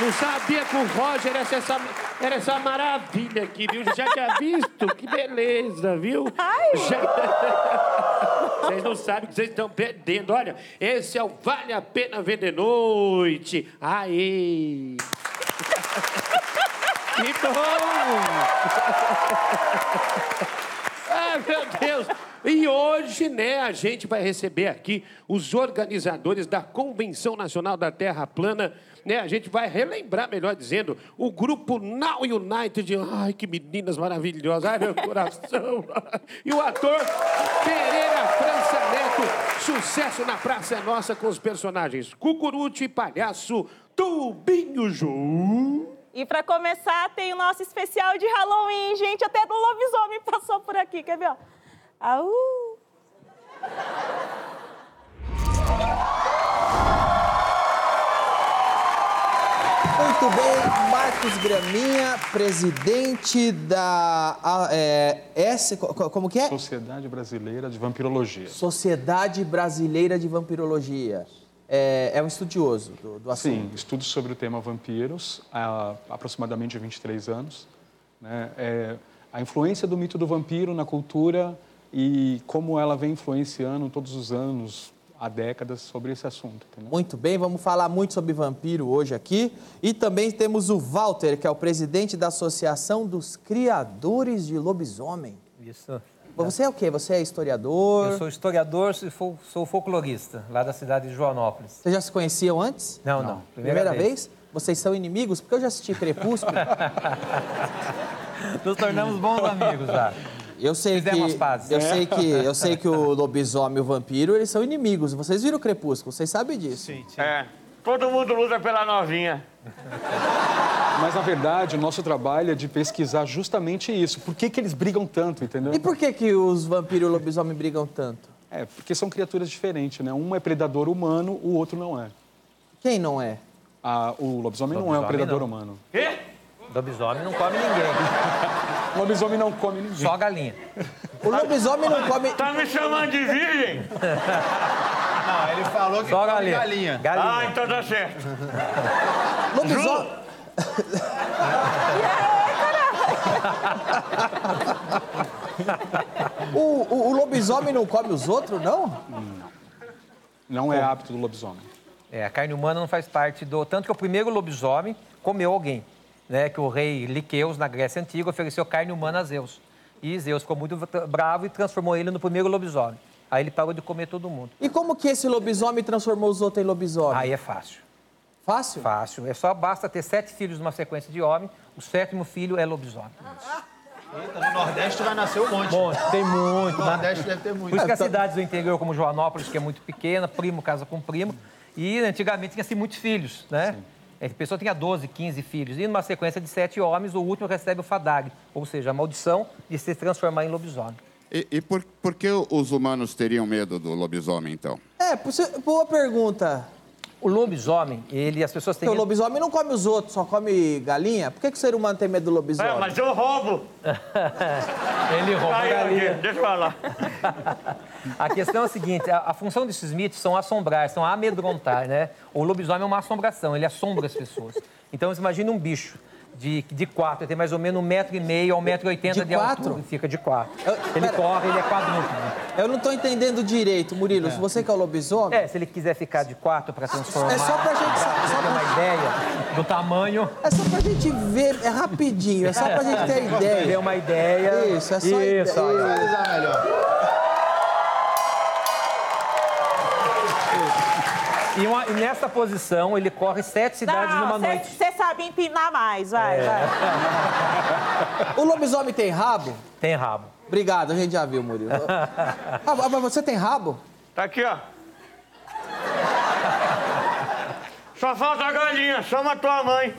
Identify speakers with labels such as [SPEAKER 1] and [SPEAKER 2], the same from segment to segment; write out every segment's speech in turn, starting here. [SPEAKER 1] Não sabia que o Roger era essa, era essa maravilha aqui, viu? Já tinha visto? Que beleza, viu?
[SPEAKER 2] Ai.
[SPEAKER 1] Já- Vocês não sabem o que vocês estão perdendo. Olha, esse é o Vale a Pena Ver de Noite. Aê! Que bom! Ah, meu Deus! E hoje, né, a gente vai receber aqui os organizadores da Convenção Nacional da Terra Plana. Né, a gente vai relembrar, melhor dizendo, o grupo Now United. Ai, que meninas maravilhosas! Ai, meu coração! E o ator Pereira França Neto, sucesso na Praça é Nossa com os personagens Cucuruti, Palhaço, Tubinho Ju.
[SPEAKER 2] E pra começar, tem o nosso especial de Halloween, gente. Até do lobisomem passou por aqui, quer ver? ó? Au!
[SPEAKER 3] Muito bem, Marcos Graminha, presidente da. a- é, S, co- co- como que é?
[SPEAKER 4] Sociedade Brasileira de Vampirologia.
[SPEAKER 3] Sociedade Brasileira de Vampirologia. É, é um estudioso do, do assunto.
[SPEAKER 4] Sim, estudos sobre o tema vampiros há aproximadamente 23 anos. Né? É, a influência do mito do vampiro na cultura e como ela vem influenciando todos os anos, há décadas, sobre esse assunto. Entendeu?
[SPEAKER 3] Muito bem, vamos falar muito sobre vampiro hoje aqui. E também temos o Walter, que é o presidente da Associação dos Criadores de Lobisomem.
[SPEAKER 5] Isso.
[SPEAKER 3] Você é o quê? Você é historiador?
[SPEAKER 5] Eu sou historiador e fol- sou folclorista, lá da cidade de Joanópolis.
[SPEAKER 3] Vocês já se conheciam antes?
[SPEAKER 5] Não, não.
[SPEAKER 3] Primeira, vez? Vocês são inimigos? Porque eu já assisti Crepúsculo.
[SPEAKER 5] Nos tornamos bons amigos lá.
[SPEAKER 3] Eu sei
[SPEAKER 5] Fizemos
[SPEAKER 3] que
[SPEAKER 5] as pazes.
[SPEAKER 3] eu sei que
[SPEAKER 6] É.
[SPEAKER 3] eu sei que o lobisomem e o vampiro eles são inimigos. Vocês viram o Crepúsculo? Vocês sabem disso? Sim.
[SPEAKER 6] É. Todo mundo luta pela novinha.
[SPEAKER 4] Mas, na verdade, o nosso trabalho é de pesquisar justamente isso. Por que, que eles brigam tanto, entendeu?
[SPEAKER 3] E por que que os vampiros e o lobisomem brigam tanto?
[SPEAKER 4] É, porque são criaturas diferentes, né? Um é predador humano, o outro não é.
[SPEAKER 3] Quem não é?
[SPEAKER 4] Ah, o lobisomem, não é um
[SPEAKER 5] Lobisomem,
[SPEAKER 4] predador
[SPEAKER 5] não.
[SPEAKER 4] humano.
[SPEAKER 5] Lobisomem não come ninguém,
[SPEAKER 4] O lobisomem não come ninguém.
[SPEAKER 5] só galinha.
[SPEAKER 3] O lobisomem não come.
[SPEAKER 6] Tá me chamando de virgem?
[SPEAKER 7] Ah,
[SPEAKER 8] Ele falou que
[SPEAKER 5] Só
[SPEAKER 8] come
[SPEAKER 5] galinha.
[SPEAKER 8] galinha.
[SPEAKER 6] Ah,
[SPEAKER 5] Galinha.
[SPEAKER 6] então tá certo.
[SPEAKER 3] Lobisomem. O, o- o lobisomem não come os outros, não?
[SPEAKER 4] Não é hábito do lobisomem.
[SPEAKER 5] É, a carne humana não faz parte do. Tanto que o primeiro lobisomem comeu alguém. Né, que o rei Liqueus, na Grécia Antiga, ofereceu carne humana a Zeus. E Zeus ficou muito tra- bravo e transformou ele no primeiro lobisomem. Aí ele parou de comer todo mundo.
[SPEAKER 3] E como que esse lobisomem transformou os outros em lobisomem?
[SPEAKER 5] Aí é fácil.
[SPEAKER 3] Fácil?
[SPEAKER 5] Fácil. É só basta ter sete filhos numa sequência de homem, o sétimo filho é lobisomem.
[SPEAKER 8] No Nordeste vai nascer um monte.
[SPEAKER 5] tem muito.
[SPEAKER 8] No
[SPEAKER 5] né?
[SPEAKER 8] Nordeste deve ter muito.
[SPEAKER 5] Por isso
[SPEAKER 6] É, tá-
[SPEAKER 5] que as cidades do interior, como Joanópolis, que é muito pequena, primo casa com primo, e antigamente tinha-se muitos filhos, né? É, A pessoa tinha 12, 15 filhos, e numa sequência de sete homens, o último recebe o fadário, ou seja, a maldição de se transformar em lobisomem.
[SPEAKER 9] E, e por, por que os humanos teriam medo do lobisomem, então?
[SPEAKER 3] É, por si- boa pergunta.
[SPEAKER 5] O lobisomem, ele, é as pessoas têm...
[SPEAKER 3] Porque o lobisomem não come os outros, só come galinha. Por que, que o ser humano tem medo do lobisomem?
[SPEAKER 6] É, mas eu roubo.
[SPEAKER 5] Ele rouba
[SPEAKER 6] Aí, aqui, deixa eu falar.
[SPEAKER 5] A questão é a seguinte: a, a função desses mitos são assombrar, são amedrontar, né? O lobisomem é uma assombração, ele assombra as pessoas. Então, você imagina um bicho de, de quatro, ele tem mais ou menos um metro e meio a um metro e oitenta
[SPEAKER 3] De
[SPEAKER 5] de, altura,
[SPEAKER 3] quatro?
[SPEAKER 5] ele Fica de quatro.
[SPEAKER 3] Eu-
[SPEAKER 5] ele
[SPEAKER 3] pera-
[SPEAKER 5] corre, ele é quadrúpede.
[SPEAKER 3] Eu não tô entendendo direito, Murilo. Se você que é o lobisomem,
[SPEAKER 5] É, se ele quiser ficar de quatro para transformar.
[SPEAKER 3] É só pra gente saber- só
[SPEAKER 5] ter
[SPEAKER 3] pra-
[SPEAKER 5] uma ideia do tamanho.
[SPEAKER 3] é só pra gente ver, é rapidinho, é só pra gente ter
[SPEAKER 5] Ter
[SPEAKER 3] ideia.
[SPEAKER 5] uma ideia.
[SPEAKER 3] Isso, é só
[SPEAKER 5] Isso,
[SPEAKER 3] ideia.
[SPEAKER 5] olha.
[SPEAKER 8] Visualizar melhor.
[SPEAKER 5] E, uma- e nessa posição, ele corre sete cidades numa noite. É.
[SPEAKER 2] você sabe empinar mais, vai, vai.
[SPEAKER 3] O lobisomem tem rabo?
[SPEAKER 5] Tem rabo.
[SPEAKER 3] Obrigado, a gente já viu, Murilo. Ah, mas você tem rabo?
[SPEAKER 6] Tá aqui, ó. Só falta a galinha, chama tua mãe.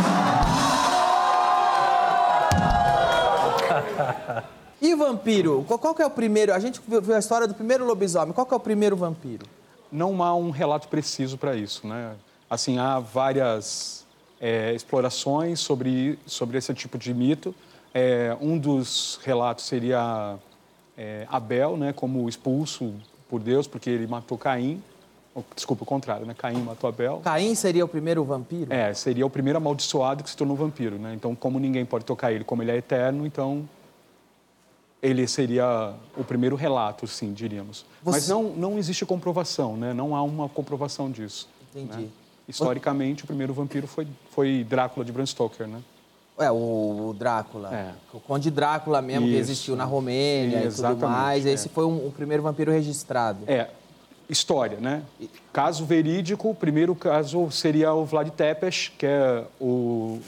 [SPEAKER 3] E vampiro? Qual, qual que é o primeiro? A gente viu viu a história do primeiro lobisomem. Qual que é o primeiro vampiro?
[SPEAKER 4] não há um relato preciso para isso, né? Assim, há várias é, explorações sobre, sobre esse tipo de mito. É, um dos relatos seria é, Abel, né, como expulso por Deus, porque ele matou Caim, O- Desculpa, o contrário, né? Caim matou Abel.
[SPEAKER 3] Caim seria o primeiro vampiro?
[SPEAKER 4] É, seria o primeiro amaldiçoado que se tornou vampiro, né? Então, como ninguém pode tocar ele, como ele é eterno, então ele seria o primeiro relato, sim, diríamos. Mas
[SPEAKER 3] Você-
[SPEAKER 4] não, não existe comprovação, né? Não há uma comprovação disso.
[SPEAKER 3] Entendi.
[SPEAKER 4] né? Historicamente, o primeiro vampiro foi, foi Drácula de Bram Stoker, né?
[SPEAKER 3] É, o, o Drácula.
[SPEAKER 4] É.
[SPEAKER 3] O Conde Drácula mesmo, que
[SPEAKER 4] Isso.
[SPEAKER 3] existiu na Romênia e tudo
[SPEAKER 4] Exatamente,
[SPEAKER 3] mais.
[SPEAKER 4] é.
[SPEAKER 3] Esse foi um- o primeiro vampiro registrado.
[SPEAKER 4] É, história, né? Caso verídico, o primeiro caso seria o Vlad Tepes, que é o,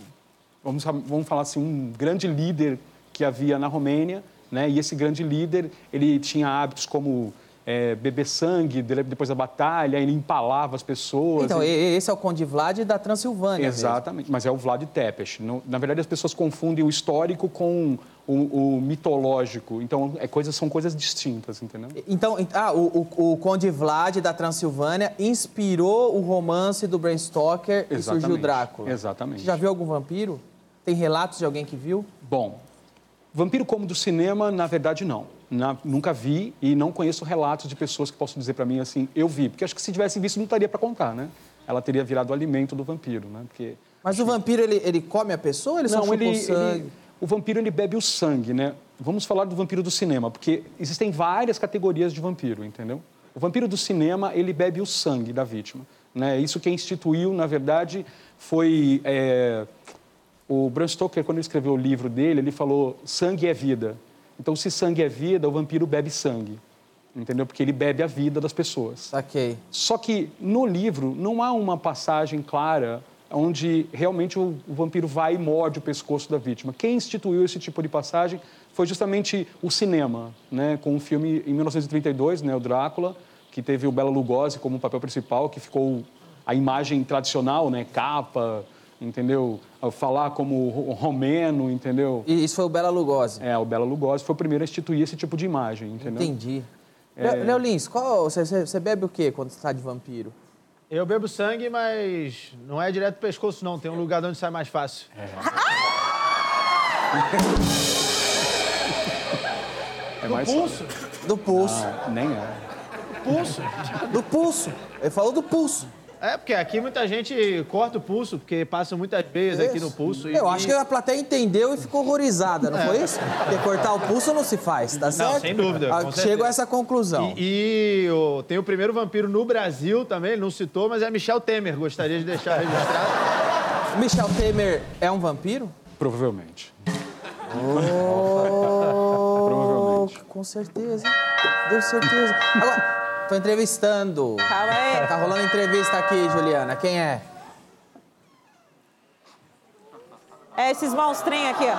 [SPEAKER 4] vamos, vamos falar assim, um grande líder que havia na Romênia, né? E esse grande líder, ele tinha hábitos como é, beber sangue de- depois da batalha, ele empalava as pessoas.
[SPEAKER 3] Então,
[SPEAKER 4] ele-
[SPEAKER 3] e- e- esse é o Conde Vlad da Transilvânia. mesmo.
[SPEAKER 4] Exatamente, mas é o Vlad Tepes. Não- Na verdade, as pessoas confundem o histórico com o, o mitológico. Então, é coisas, são coisas distintas, entendeu?
[SPEAKER 3] Então, ent- ah, o, o- o Conde Vlad da Transilvânia inspirou o romance do Bram Stoker e surgiu o
[SPEAKER 4] Exatamente,
[SPEAKER 3] Drácula.
[SPEAKER 4] exatamente.
[SPEAKER 3] Você já viu algum vampiro? Tem relatos de alguém que viu?
[SPEAKER 4] Bom, vampiro como do cinema, na verdade, não. Na- nunca vi e não conheço relatos de pessoas que possam dizer para mim assim, eu vi. Porque acho que se tivesse visto, não estaria para contar, né? Ela teria virado alimento do vampiro, né? Porque...
[SPEAKER 3] Mas o vampiro, ele, ele come a pessoa ou ele só
[SPEAKER 4] Não,
[SPEAKER 3] chupa
[SPEAKER 4] ele,
[SPEAKER 3] o sangue?
[SPEAKER 4] ele- o vampiro, ele bebe o sangue, né? Vamos falar do vampiro do cinema, porque existem várias categorias de vampiro, entendeu? O vampiro do cinema, ele bebe o sangue da vítima, né? Isso quem instituiu, na verdade, foi... é, o Bram Stoker, quando ele escreveu o livro dele, ele falou: sangue é vida. Então, se sangue é vida, o vampiro bebe sangue. Entendeu? Porque ele bebe a vida das pessoas.
[SPEAKER 3] Saquei.
[SPEAKER 4] Só que no livro não há uma passagem clara onde realmente o, o vampiro vai e morde o pescoço da vítima. Quem instituiu esse tipo de passagem foi justamente o cinema, né? com um filme em 1932, né? o Drácula, que teve o Bela Lugosi como papel principal, que ficou a imagem tradicional, né? capa, entendeu? Falar como ro- romeno, entendeu?
[SPEAKER 3] E isso foi o Bela Lugosi.
[SPEAKER 4] É, o Bela Lugosi foi o primeiro a instituir esse tipo de imagem, entendeu?
[SPEAKER 3] Entendi.
[SPEAKER 4] É.
[SPEAKER 3] Le- Leolins, qual, você, você- você bebe o quê quando você tá de vampiro?
[SPEAKER 8] Eu bebo sangue, mas não é direto pro pescoço, não. Tem um lugar de onde sai mais fácil.
[SPEAKER 4] É mais...
[SPEAKER 8] Pulso?
[SPEAKER 3] Do pulso.
[SPEAKER 4] Nem é.
[SPEAKER 8] Pulso?
[SPEAKER 3] Do pulso. Ele falou do pulso.
[SPEAKER 8] É, porque aqui muita gente corta o pulso, porque passa muitas veias aqui no pulso. e- É.
[SPEAKER 3] Eu acho que a plateia entendeu e ficou horrorizada, não foi isso? Porque cortar o pulso não se faz, tá certo?
[SPEAKER 8] sem dúvida, com
[SPEAKER 3] Ah,
[SPEAKER 8] certeza.
[SPEAKER 3] Chego a essa conclusão.
[SPEAKER 8] E, e o- tem o primeiro vampiro no Brasil também, ele não citou, mas é Michel Temer. Gostaria de deixar registrado.
[SPEAKER 3] Michel Temer é um vampiro?
[SPEAKER 4] Provavelmente. Provavelmente.
[SPEAKER 3] Oh, com certeza. Deu certeza. Agora, tô entrevistando.
[SPEAKER 2] Calma aí.
[SPEAKER 3] Tá rolando entrevista aqui, Juliana. Quem é?
[SPEAKER 2] É esses monstrinhos aqui, ó.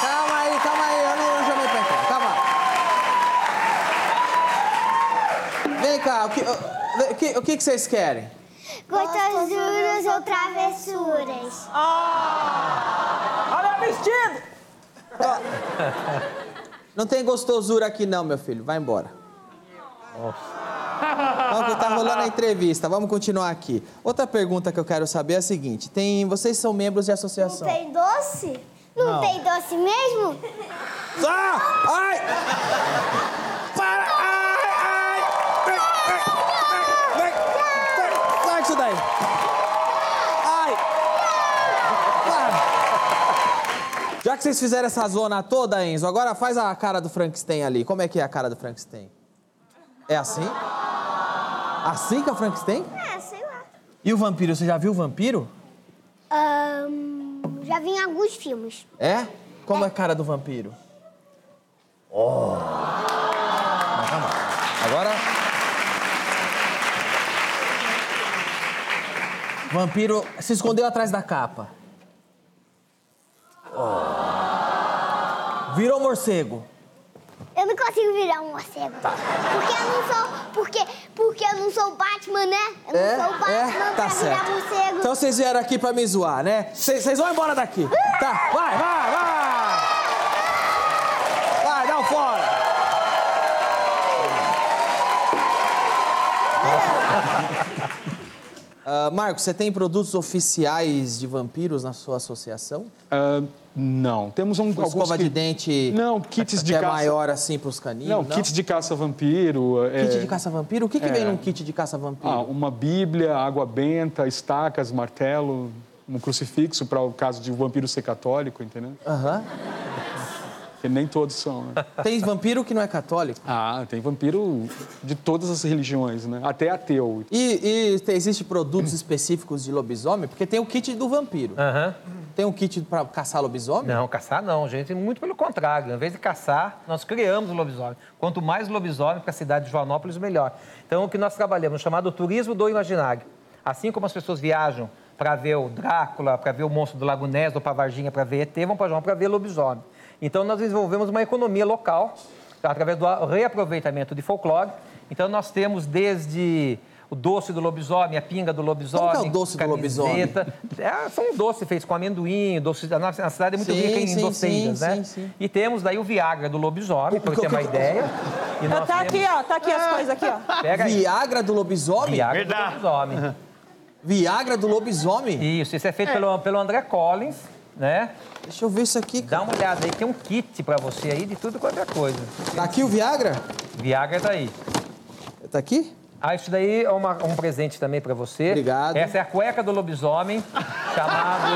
[SPEAKER 3] Calma aí, calma aí. Eu não eu chamei pra cá. Calma. Vem cá, o que, o- o que, o que que vocês querem?
[SPEAKER 10] Gostosuras ou travessuras?
[SPEAKER 2] Ah! Olha o vestido!
[SPEAKER 3] Não tem gostosura aqui não, meu filho. Vai embora. Vamos, tá rolando a entrevista. Vamos continuar aqui. Outra pergunta que eu quero saber é a seguinte. Tem, vocês são membros de
[SPEAKER 10] Não
[SPEAKER 3] associação.
[SPEAKER 10] tem doce? Não, tem doce mesmo?
[SPEAKER 3] Ah! Ai! Para! Ai! Ai! Ai, ai, ai, ai, ai. Sai disso daí! Ai! Para. Já que vocês fizeram essa zona toda, Enzo, agora faz a cara do Frankenstein ali. Como é que é a cara do Frankenstein? É assim? Assim que é o Frankenstein?
[SPEAKER 10] Ah, sei lá.
[SPEAKER 3] E o vampiro, você já viu o vampiro?
[SPEAKER 10] Ahn, já vi em alguns filmes.
[SPEAKER 3] É? Como é a cara do vampiro? Oh! Agora. Vampiro se escondeu atrás da capa. Oh. Virou morcego.
[SPEAKER 10] Eu não consigo virar um morcego.
[SPEAKER 3] Tá.
[SPEAKER 10] Porque eu não sou. Porque, porque eu não sou o Batman, né? Eu
[SPEAKER 3] É,
[SPEAKER 10] não sou o Batman
[SPEAKER 3] tá
[SPEAKER 10] pra virar morcego.
[SPEAKER 3] Então vocês vieram aqui pra me zoar, né? Vocês vocês vão embora daqui. Tá, vai, vai, vai! Vai, dá um fora! Ah, Marcos, você tem produtos oficiais de vampiros na sua associação?
[SPEAKER 4] Ah, não. Temos um,
[SPEAKER 3] Uma
[SPEAKER 4] alguns
[SPEAKER 3] escova
[SPEAKER 4] que-
[SPEAKER 3] de dente
[SPEAKER 4] Não, kits
[SPEAKER 3] que
[SPEAKER 4] de
[SPEAKER 3] é
[SPEAKER 4] caça.
[SPEAKER 3] maior assim pros caninos?
[SPEAKER 4] Não, kits de caça vampiro. é,
[SPEAKER 3] Kit de caça-vampiro? O que, que
[SPEAKER 4] É.
[SPEAKER 3] vem num kit de caça-vampiro?
[SPEAKER 4] ah, uma bíblia, água benta, estacas, martelo, um crucifixo para o caso de o vampiro ser católico, entendeu?
[SPEAKER 3] Aham.
[SPEAKER 4] Porque nem todos são, né?
[SPEAKER 3] Tem vampiro que não é católico?
[SPEAKER 4] Ah, tem vampiro de todas as religiões, né? Até ateu.
[SPEAKER 3] E, e tem- existe produtos específicos de lobisomem? Porque tem o kit do vampiro.
[SPEAKER 5] Aham.
[SPEAKER 3] Tem um kit pra caçar lobisomem?
[SPEAKER 5] Não, caçar não, gente. Muito pelo contrário. Em vez de caçar, nós criamos o lobisomem. Quanto mais lobisomem para a cidade de Joanópolis, melhor. Então, o que nós trabalhamos, é chamado turismo do imaginário. Assim como as pessoas viajam para ver o Drácula, para ver o monstro do Lago Ness, ou para Varginha para ver ET, vão para João para ver lobisomem. Então, nós desenvolvemos uma economia local através do reaproveitamento de folclore. Então, nós temos desde o doce do lobisomem, a pinga do lobisomem.
[SPEAKER 3] Como que é o doce do
[SPEAKER 5] camiseta,
[SPEAKER 3] lobisomem?
[SPEAKER 5] é, são doce feitos com amendoim, doce. A nossa a cidade é muito
[SPEAKER 3] Sim,
[SPEAKER 5] rica em
[SPEAKER 3] sim,
[SPEAKER 5] doceiras,
[SPEAKER 3] sim,
[SPEAKER 5] né?
[SPEAKER 3] sim, sim.
[SPEAKER 5] E temos daí o Viagra do lobisomem, para você ter uma ideia. E nós
[SPEAKER 2] Tá aqui,
[SPEAKER 5] temos-
[SPEAKER 2] ó. Tá aqui as coisas aqui, ó.
[SPEAKER 5] Pega aí.
[SPEAKER 3] Viagra do lobisomem?
[SPEAKER 5] Viagra
[SPEAKER 6] Me
[SPEAKER 5] do
[SPEAKER 6] dá.
[SPEAKER 5] lobisomem.
[SPEAKER 3] Viagra do lobisomem?
[SPEAKER 5] Isso, isso é feito pelo, pelo André Collins, né?
[SPEAKER 3] Deixa eu ver isso aqui.
[SPEAKER 5] Dá uma olhada aí, tem um kit para você aí de tudo quanto é coisa.
[SPEAKER 3] Tá aqui o Viagra?
[SPEAKER 5] Viagra tá aí.
[SPEAKER 3] Tá aqui?
[SPEAKER 5] Ah, isso daí é uma- um presente também pra você.
[SPEAKER 3] Obrigado.
[SPEAKER 5] Essa é a cueca do lobisomem, chamado...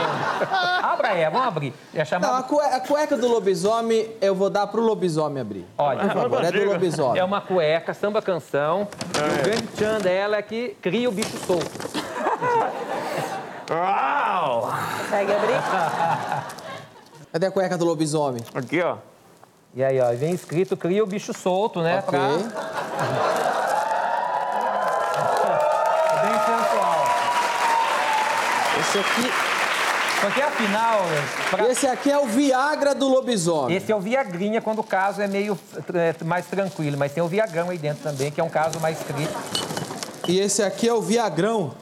[SPEAKER 5] Abra aí, vamos abrir. É
[SPEAKER 3] Não, a,
[SPEAKER 5] chamado...
[SPEAKER 3] cue- a cueca do lobisomem eu vou dar pro lobisomem abrir.
[SPEAKER 5] Olha,
[SPEAKER 3] Por
[SPEAKER 6] né,
[SPEAKER 3] favor, é do lobisomem.
[SPEAKER 5] É uma cueca, samba canção.
[SPEAKER 6] Ah,
[SPEAKER 5] E O grande tchan dela é que cria o bicho solto.
[SPEAKER 6] Uau!
[SPEAKER 2] Consegue abrir?
[SPEAKER 3] Cadê a cueca do lobisomem?
[SPEAKER 6] Aqui, ó.
[SPEAKER 5] E aí, ó, vem escrito cria o bicho solto, né?
[SPEAKER 3] ok.
[SPEAKER 5] Pra... É bem sensual.
[SPEAKER 3] Esse aqui...
[SPEAKER 5] Porque afinal, né, pra-
[SPEAKER 3] Esse aqui é o Viagra do lobisomem.
[SPEAKER 5] esse é o Viagrinha quando o caso é meio é, mais tranquilo, mas tem o Viagrão aí dentro também, que é um caso mais crítico.
[SPEAKER 3] E esse aqui é o Viagrão.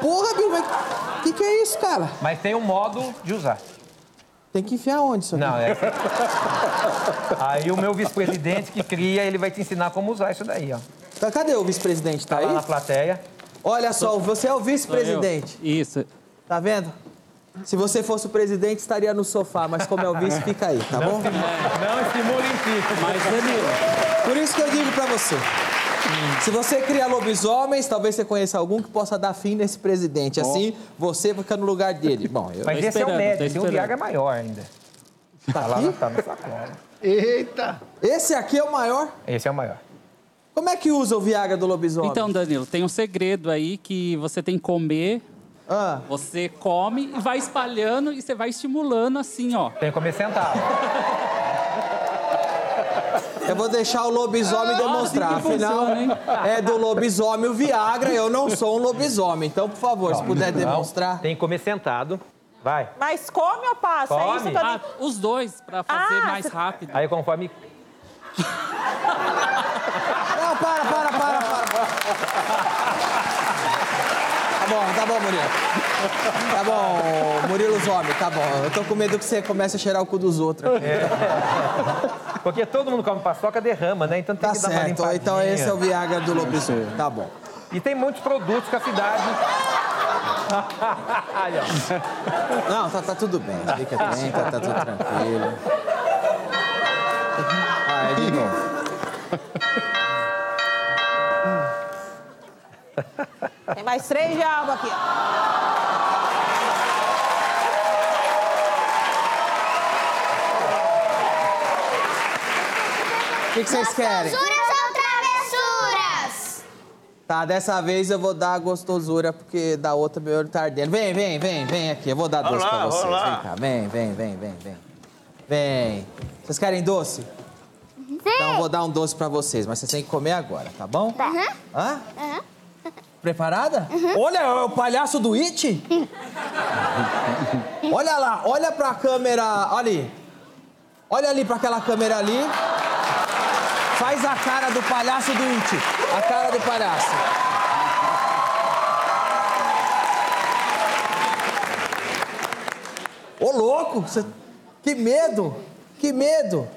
[SPEAKER 3] Porra, Bill, mas... Que que é isso, cara?
[SPEAKER 5] Mas tem um modo de usar.
[SPEAKER 3] Tem que enfiar onde isso aqui?
[SPEAKER 5] Não, é. Aí o meu vice-presidente que cria, ele vai te ensinar como usar isso daí, ó.
[SPEAKER 3] Tá, Cadê o vice-presidente? Tá aí?
[SPEAKER 5] Lá na plateia.
[SPEAKER 3] Olha só, você é o vice-presidente.
[SPEAKER 11] Isso.
[SPEAKER 3] Tá vendo? Se você fosse o presidente, estaria no sofá, mas como é o vice, fica aí, tá bom?
[SPEAKER 5] Não estimula em pico.
[SPEAKER 11] Mas, Danilo,
[SPEAKER 3] Por isso que eu digo pra você. Se você cria lobisomens, talvez você conheça algum que possa dar fim nesse presidente. Assim, você fica no lugar dele. Bom, eu...
[SPEAKER 5] Mas
[SPEAKER 11] Tô
[SPEAKER 5] esse é o
[SPEAKER 11] esperando, tô
[SPEAKER 5] médio, tem um
[SPEAKER 11] esperando.
[SPEAKER 5] Viagra maior ainda.
[SPEAKER 3] tá
[SPEAKER 5] Lá
[SPEAKER 3] aqui?
[SPEAKER 5] tá na sacola.
[SPEAKER 8] Eita!
[SPEAKER 3] Esse aqui é o maior.
[SPEAKER 5] Esse é o maior.
[SPEAKER 3] Como é que usa o Viagra do lobisomem?
[SPEAKER 11] então, Danilo, tem um segredo aí que você tem que comer.
[SPEAKER 3] Ah,
[SPEAKER 11] Você come e vai espalhando e você vai estimulando assim, ó.
[SPEAKER 5] Tem que comer sentado.
[SPEAKER 3] eu vou deixar o lobisomem demonstrar.
[SPEAKER 11] assim que
[SPEAKER 3] Afinal,
[SPEAKER 11] funciona, hein?
[SPEAKER 3] é do lobisomem o Viagra. Eu não sou um lobisomem. Então, por favor, se puder
[SPEAKER 5] Não,
[SPEAKER 3] demonstrar.
[SPEAKER 5] Tem que comer sentado. Vai.
[SPEAKER 2] Mas come ou passa? É isso
[SPEAKER 5] Come.
[SPEAKER 2] que eu tô
[SPEAKER 11] Ah, os dois, pra fazer
[SPEAKER 2] Ah,
[SPEAKER 11] mais
[SPEAKER 2] você-
[SPEAKER 11] rápido.
[SPEAKER 5] Aí conforme.
[SPEAKER 3] Não, para, para, para, para. Tá bom, tá bom, Murilo. Tá bom, Murilo Zombie, tá bom. Eu tô com medo que você comece a cheirar o cu dos outros. aqui. Tá
[SPEAKER 5] Porque todo mundo come paçoca, derrama, né? Então tem
[SPEAKER 3] Tá
[SPEAKER 5] que dar uma
[SPEAKER 3] certo,
[SPEAKER 5] limpadinha.
[SPEAKER 3] então esse é o Viagra do lobisomem. Tá bom.
[SPEAKER 5] E tem muitos produtos que a cidade. Olha, ó.
[SPEAKER 3] Não, tá, tá tudo bem, fica bem, tá, tá tudo tranquilo. Ah, é de novo.
[SPEAKER 2] Tem mais três de alma aqui, ó.
[SPEAKER 3] O que, que
[SPEAKER 12] Tá
[SPEAKER 3] vocês querem?
[SPEAKER 10] Gostosuras ou travessuras?
[SPEAKER 3] Tá, dessa vez eu vou dar a gostosura, porque da outra meu olho tá ardendo. Vem, vem, vem, vem aqui. Eu vou dar doce
[SPEAKER 6] Olá,
[SPEAKER 3] pra vocês.
[SPEAKER 6] olá.
[SPEAKER 3] Vem cá, vem, vem, vem, vem, vem. Vem. Vocês querem doce? Então eu vou dar um doce pra vocês, mas vocês têm que comer agora, tá bom?
[SPEAKER 10] Aham. Uhum.
[SPEAKER 3] Hã? Preparada? Olha, é o palhaço do It? olha lá, olha pra câmera ali. Olha ali pra aquela câmera ali. Faz a cara do palhaço do It. A cara do palhaço. Ô, louco! você- Que medo! Que medo!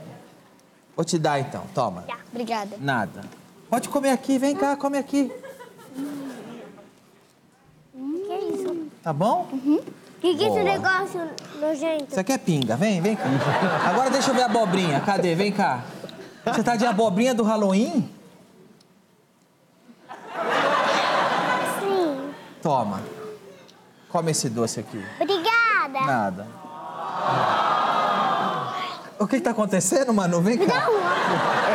[SPEAKER 3] Vou te dar então, toma.
[SPEAKER 10] Tá, obrigada.
[SPEAKER 3] Nada. Pode comer aqui, vem cá, come aqui. Tá bom?
[SPEAKER 10] O é que, que é esse
[SPEAKER 3] Boa.
[SPEAKER 10] negócio nojento?
[SPEAKER 3] Isso aqui é pinga. Vem, vem cá. Agora deixa eu ver a abobrinha. Cadê? Vem cá. Você tá de abobrinha do Halloween?
[SPEAKER 10] Sim.
[SPEAKER 3] Toma. Come esse doce aqui.
[SPEAKER 10] Obrigada.
[SPEAKER 3] Nada. O que, que tá acontecendo, Manu? Vem
[SPEAKER 10] Me dá
[SPEAKER 3] cá.
[SPEAKER 10] um.
[SPEAKER 3] O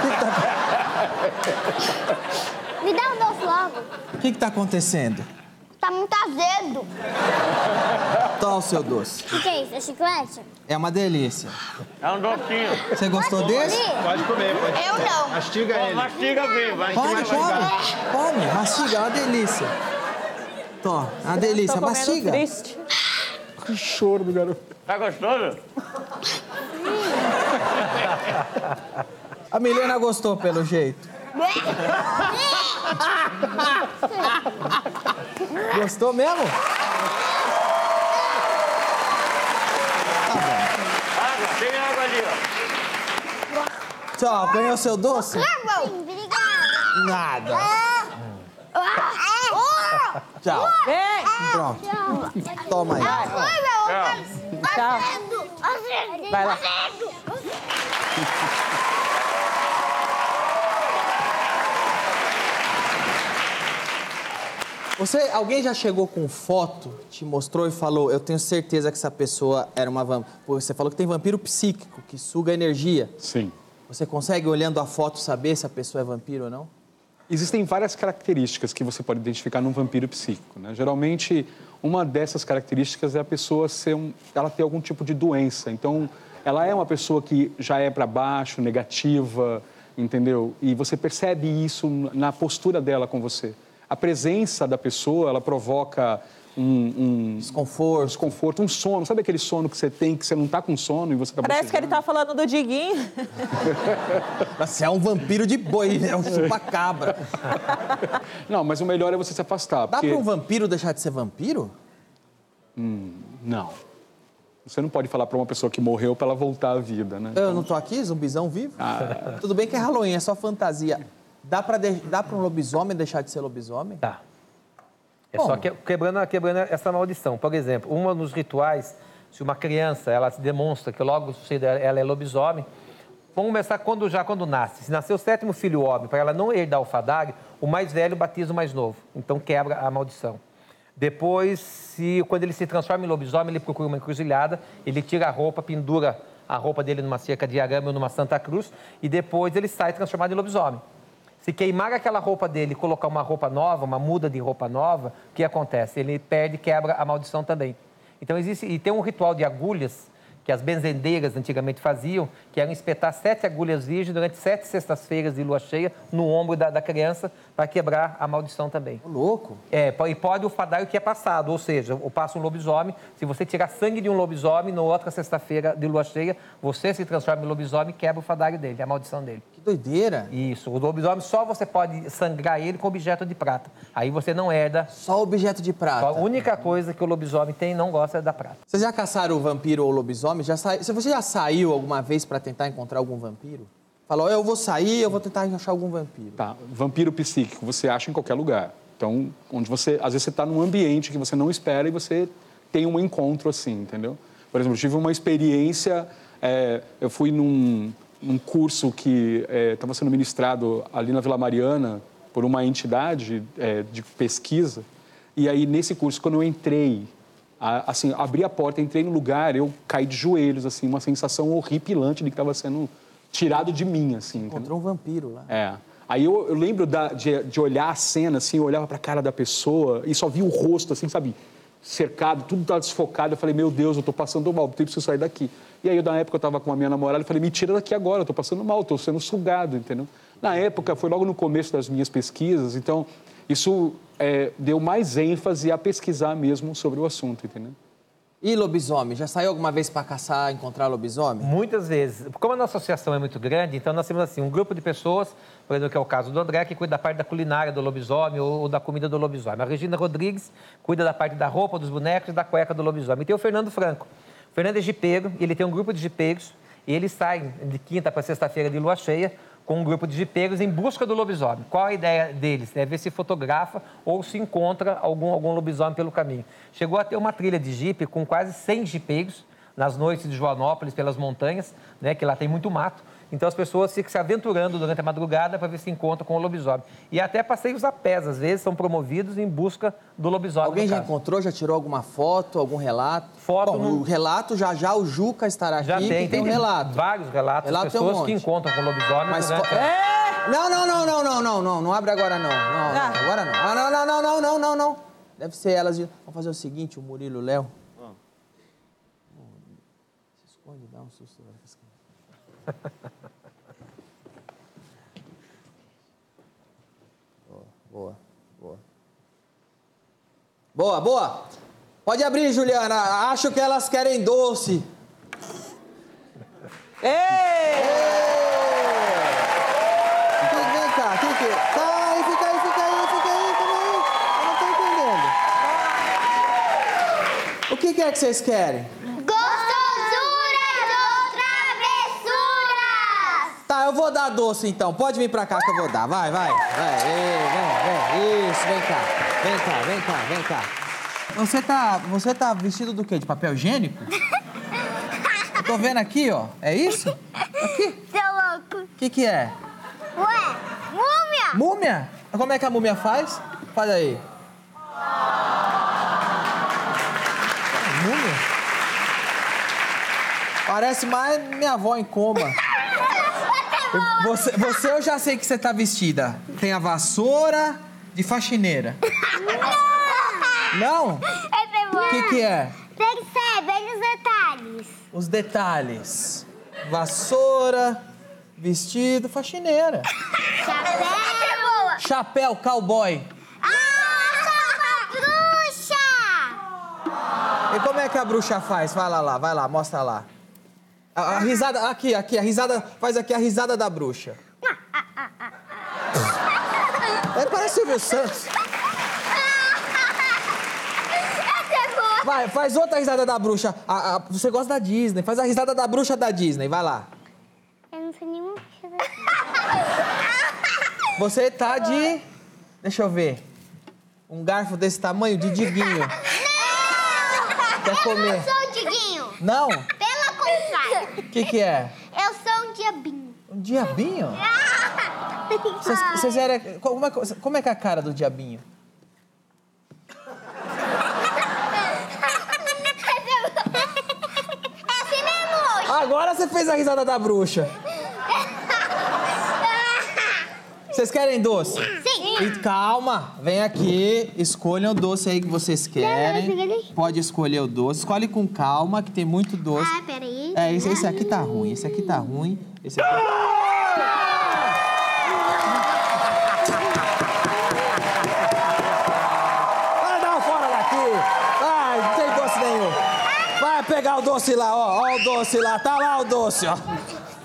[SPEAKER 3] que que tá-
[SPEAKER 10] Me dá um doce logo.
[SPEAKER 3] O que, que tá acontecendo?
[SPEAKER 10] Tá muito azedo.
[SPEAKER 3] Toma o seu doce.
[SPEAKER 10] O que, que é isso? É chiclete?
[SPEAKER 3] É uma delícia.
[SPEAKER 6] É um docinho.
[SPEAKER 3] Você gostou
[SPEAKER 10] Pode
[SPEAKER 3] desse?
[SPEAKER 10] engolir?
[SPEAKER 8] Pode comer, pode
[SPEAKER 10] Eu
[SPEAKER 8] comer.
[SPEAKER 10] não.
[SPEAKER 8] Mastiga ele.
[SPEAKER 6] Mastiga bem, vai.
[SPEAKER 3] Come,
[SPEAKER 6] Mastiga.
[SPEAKER 3] come. Come, mastiga. É uma delícia. Toma, é uma delícia.
[SPEAKER 2] Tô comendo
[SPEAKER 3] Mastiga.
[SPEAKER 2] triste.
[SPEAKER 6] Tá gostoso?
[SPEAKER 3] A Milena gostou, pelo jeito. Gostou mesmo?
[SPEAKER 10] Tá
[SPEAKER 6] Água, tem água ali, ó.
[SPEAKER 3] Tchau, ganhou seu doce?
[SPEAKER 10] Sim, Obrigada.
[SPEAKER 3] Nada.
[SPEAKER 10] Ah,
[SPEAKER 3] Tchau.
[SPEAKER 2] Vem!
[SPEAKER 3] Pronto.
[SPEAKER 10] ah, é, tchau.
[SPEAKER 3] Toma aí.
[SPEAKER 10] Ai, meu
[SPEAKER 2] Tchau.
[SPEAKER 10] Tá Azedo! Azedo!
[SPEAKER 2] Vai lá.
[SPEAKER 10] Azedo!
[SPEAKER 3] Você, alguém já chegou com foto, te mostrou e falou, eu tenho certeza que essa pessoa era uma vampira. Você falou que tem vampiro psíquico, que suga energia.
[SPEAKER 4] Sim.
[SPEAKER 3] Você consegue, olhando a foto, saber se a pessoa é vampiro ou não?
[SPEAKER 4] Existem várias características que você pode identificar num vampiro psíquico. Né? Geralmente, uma dessas características é a pessoa ser um, ela ter algum tipo de doença. Então, ela é uma pessoa que já é para baixo, negativa, entendeu? E você percebe isso na postura dela com você. A presença da pessoa, ela provoca um, um
[SPEAKER 3] Desconforto.
[SPEAKER 4] desconforto, um sono. Sabe aquele sono que você tem, que você não está com sono e você está
[SPEAKER 2] Parece que ele tá falando do Diguinho.
[SPEAKER 3] Você é um vampiro de boi, é um chupacabra.
[SPEAKER 4] Não, mas o melhor é você se afastar.
[SPEAKER 3] Dá
[SPEAKER 4] porque...
[SPEAKER 3] pra um vampiro deixar de ser vampiro?
[SPEAKER 4] Hum, Não. Você não pode falar para uma pessoa que morreu para ela voltar à vida, né? Ah,
[SPEAKER 3] Eu não tô aqui, zumbizão vivo? Tudo bem que é Halloween, é só fantasia. Dá pra, de- dá pra um lobisomem deixar de ser lobisomem?
[SPEAKER 5] Tá. É só
[SPEAKER 3] Como?
[SPEAKER 5] que, quebrando, quebrando essa maldição. Por exemplo, uma nos rituais, se uma criança ela se demonstra que logo cedo ela é lobisomem, vamos começar quando já quando nasce. Se nasceu o sétimo filho homem, para ela não herdar o fadário, o mais velho batiza o mais novo. Então quebra a maldição. Depois, se, quando ele se transforma em lobisomem, ele procura uma encruzilhada, ele tira a roupa, pendura a roupa dele numa cerca de arame ou numa Santa Cruz, e depois ele sai transformado em lobisomem. Se queimar aquela roupa dele e colocar uma roupa nova, uma muda de roupa nova, o que acontece? Ele perde e quebra a maldição também. Então existe. E tem um ritual de agulhas que as benzendeiras antigamente faziam, que eram espetar sete agulhas virgens durante sete sextas-feiras de lua cheia no ombro da, da criança para quebrar a maldição também.
[SPEAKER 3] Ô, louco.
[SPEAKER 5] É, po- e pode o fadário que é passado, ou seja, o passa um lobisomem. Se você tirar sangue de um lobisomem, na outra sexta-feira de lua cheia, você se transforma em lobisomem e quebra o fadário dele, a maldição dele.
[SPEAKER 3] Que doideira.
[SPEAKER 5] Isso, o lobisomem só você pode sangrar ele com objeto de prata. Aí você não herda.
[SPEAKER 3] Só objeto de prata.
[SPEAKER 5] A única coisa que o lobisomem tem e não gosta é da prata.
[SPEAKER 3] Vocês já caçaram o vampiro ou o lobisomem? Já sai... Se Você já saiu alguma vez pra tentar encontrar algum vampiro? Falou, eu vou sair, eu vou tentar achar algum vampiro.
[SPEAKER 4] Tá, vampiro psíquico você acha em qualquer lugar. Então, onde você, às vezes você está num ambiente que você não espera e você tem um encontro assim, entendeu? Por exemplo, eu tive uma experiência, é, eu fui num, num curso que estava sendo ministrado ali na Vila Mariana por uma entidade é, de pesquisa. E aí, nesse curso, quando eu entrei, a- assim, abri a porta, entrei no lugar, eu caí de joelhos, assim, uma sensação horripilante de que estava sendo tirado de mim, assim. entendeu?
[SPEAKER 3] Encontrou um vampiro lá.
[SPEAKER 4] É. Aí eu, eu lembro da- de, de olhar a cena, assim, eu olhava pra cara da pessoa e só via o rosto, assim, sabe? Cercado, tudo tava desfocado. Eu falei, meu Deus, eu tô passando mal, eu preciso sair daqui. E aí, eu, na época, eu tava com a minha namorada e falei, me tira daqui agora, eu tô passando mal, eu tô sendo sugado, entendeu? Na época, foi logo no começo das minhas pesquisas, então isso é, deu mais ênfase a pesquisar mesmo sobre o assunto, entendeu?
[SPEAKER 3] E lobisomem? Já saiu alguma vez pra caçar, encontrar lobisomem?
[SPEAKER 5] Muitas vezes. Como a nossa associação é muito grande, então nós temos assim um grupo de pessoas, por exemplo, que é o caso do André, que cuida da parte da culinária do lobisomem ou, ou da comida do lobisomem. A Regina Rodrigues cuida da parte da roupa, dos bonecos e da cueca do lobisomem. E tem o Fernando Franco. O Fernando é jipeiro, e ele tem um grupo de jipeiros, e eles saem de quinta para sexta-feira de lua cheia com um grupo de jipeiros em busca do lobisomem. Qual a ideia deles? É ver se fotografa ou se encontra algum, algum lobisomem pelo caminho. Chegou a ter uma trilha de jipe com quase 100 jipeiros nas noites de Joanópolis, pelas montanhas, né, que lá tem muito mato. Então as pessoas ficam se aventurando durante a madrugada para ver se encontram com o lobisomem. E até passeios a pés, às vezes, são promovidos em busca do lobisomem.
[SPEAKER 3] Alguém
[SPEAKER 5] no
[SPEAKER 3] já
[SPEAKER 5] caso.
[SPEAKER 3] encontrou, já tirou alguma foto, algum relato?
[SPEAKER 5] Foto
[SPEAKER 3] Bom,
[SPEAKER 5] não-
[SPEAKER 3] o relato já já o Juca estará aqui.
[SPEAKER 5] Já
[SPEAKER 3] que
[SPEAKER 5] tem,
[SPEAKER 3] tem,
[SPEAKER 5] tem,
[SPEAKER 3] um relato.
[SPEAKER 5] Vários relatos
[SPEAKER 3] Relato
[SPEAKER 5] de
[SPEAKER 3] tem um
[SPEAKER 5] pessoas que
[SPEAKER 3] monte.
[SPEAKER 5] encontram com lobisomem.
[SPEAKER 3] Mas
[SPEAKER 5] durante
[SPEAKER 3] fo-
[SPEAKER 5] a-
[SPEAKER 3] É! Não, não, não, não, não, não, não, não abre agora não. Não, não, agora não. Ah, não, não, não, não, não, não, não. Deve ser elas. de- Vamos fazer o seguinte, o Murilo e o Léo. Se esconde, dá um susto. agora. Boa, boa. Boa, boa. Pode abrir, Juliana. Acho que elas querem doce. Vem cá, quem que... Tá aí, fica aí, fica aí, fica aí, calma aí. Eu não tô entendendo. O que, que é que vocês querem?
[SPEAKER 10] Gostosuras ou travessuras!
[SPEAKER 3] Tá, eu vou dar doce então. Pode vir pra cá que eu vou dar. Vai, vai. Vai, ei, vem, vem. Isso, vem cá. Vem cá, vem cá, vem cá. Você tá, você tá vestido do quê? De papel higiênico? Eu tô vendo aqui, ó. É isso? Aqui?
[SPEAKER 10] Seu é louco!
[SPEAKER 3] O que que é?
[SPEAKER 10] Ué, múmia!
[SPEAKER 3] Múmia? Como é que a múmia faz? Faz aí. Ah, Múmia? Parece mais minha avó em coma. Você, você eu já sei que você tá vestida. Tem a vassoura de faxineira. Não?
[SPEAKER 10] É
[SPEAKER 3] O
[SPEAKER 10] cebola!
[SPEAKER 3] que, que é?
[SPEAKER 10] Percebe, olha os detalhes!
[SPEAKER 3] Os detalhes. Vassoura, vestido, faxineira.
[SPEAKER 10] Chapéu! É cebola!
[SPEAKER 3] Chapéu, cowboy.
[SPEAKER 10] Ah, bruxa!
[SPEAKER 3] E como é que a bruxa faz? Vai lá, lá, vai lá, mostra lá. A, a risada, aqui, aqui, a risada, faz aqui a risada da bruxa. É, parece Silvio Santos.
[SPEAKER 10] É cebola!
[SPEAKER 3] Vai, faz outra risada da bruxa. A- a- você gosta da Disney, faz a risada da bruxa da Disney, vai lá.
[SPEAKER 10] Eu não sei nenhuma coisa.
[SPEAKER 3] Você tá de. Deixa eu ver. Um garfo desse tamanho de diguinho. Quer
[SPEAKER 10] Eu
[SPEAKER 3] comer?
[SPEAKER 10] sou o Diguinho!
[SPEAKER 3] Não?
[SPEAKER 10] Pelo contrário,
[SPEAKER 3] O que, que é?
[SPEAKER 10] eu sou um diabinho.
[SPEAKER 3] Um diabinho? Vocês- Vocês eram. Como é, que- como é que é a cara do diabinho?
[SPEAKER 10] É assim mesmo hoje.
[SPEAKER 3] Agora você fez a risada da bruxa. Vocês querem doce?
[SPEAKER 10] Sim.
[SPEAKER 3] E calma, vem aqui, escolham o doce aí que vocês
[SPEAKER 10] Não, não,
[SPEAKER 3] querem.
[SPEAKER 10] não.
[SPEAKER 3] Pode escolher o doce, escolhe com calma, que tem muito doce.
[SPEAKER 10] Ah, peraí.
[SPEAKER 3] É, esse, esse aqui tá ruim, esse aqui tá ruim, esse aqui... Vai dar um fora daqui! Ai, não tem doce nenhum. Vai pegar o doce lá, ó, ó o doce lá, tá lá o doce, ó.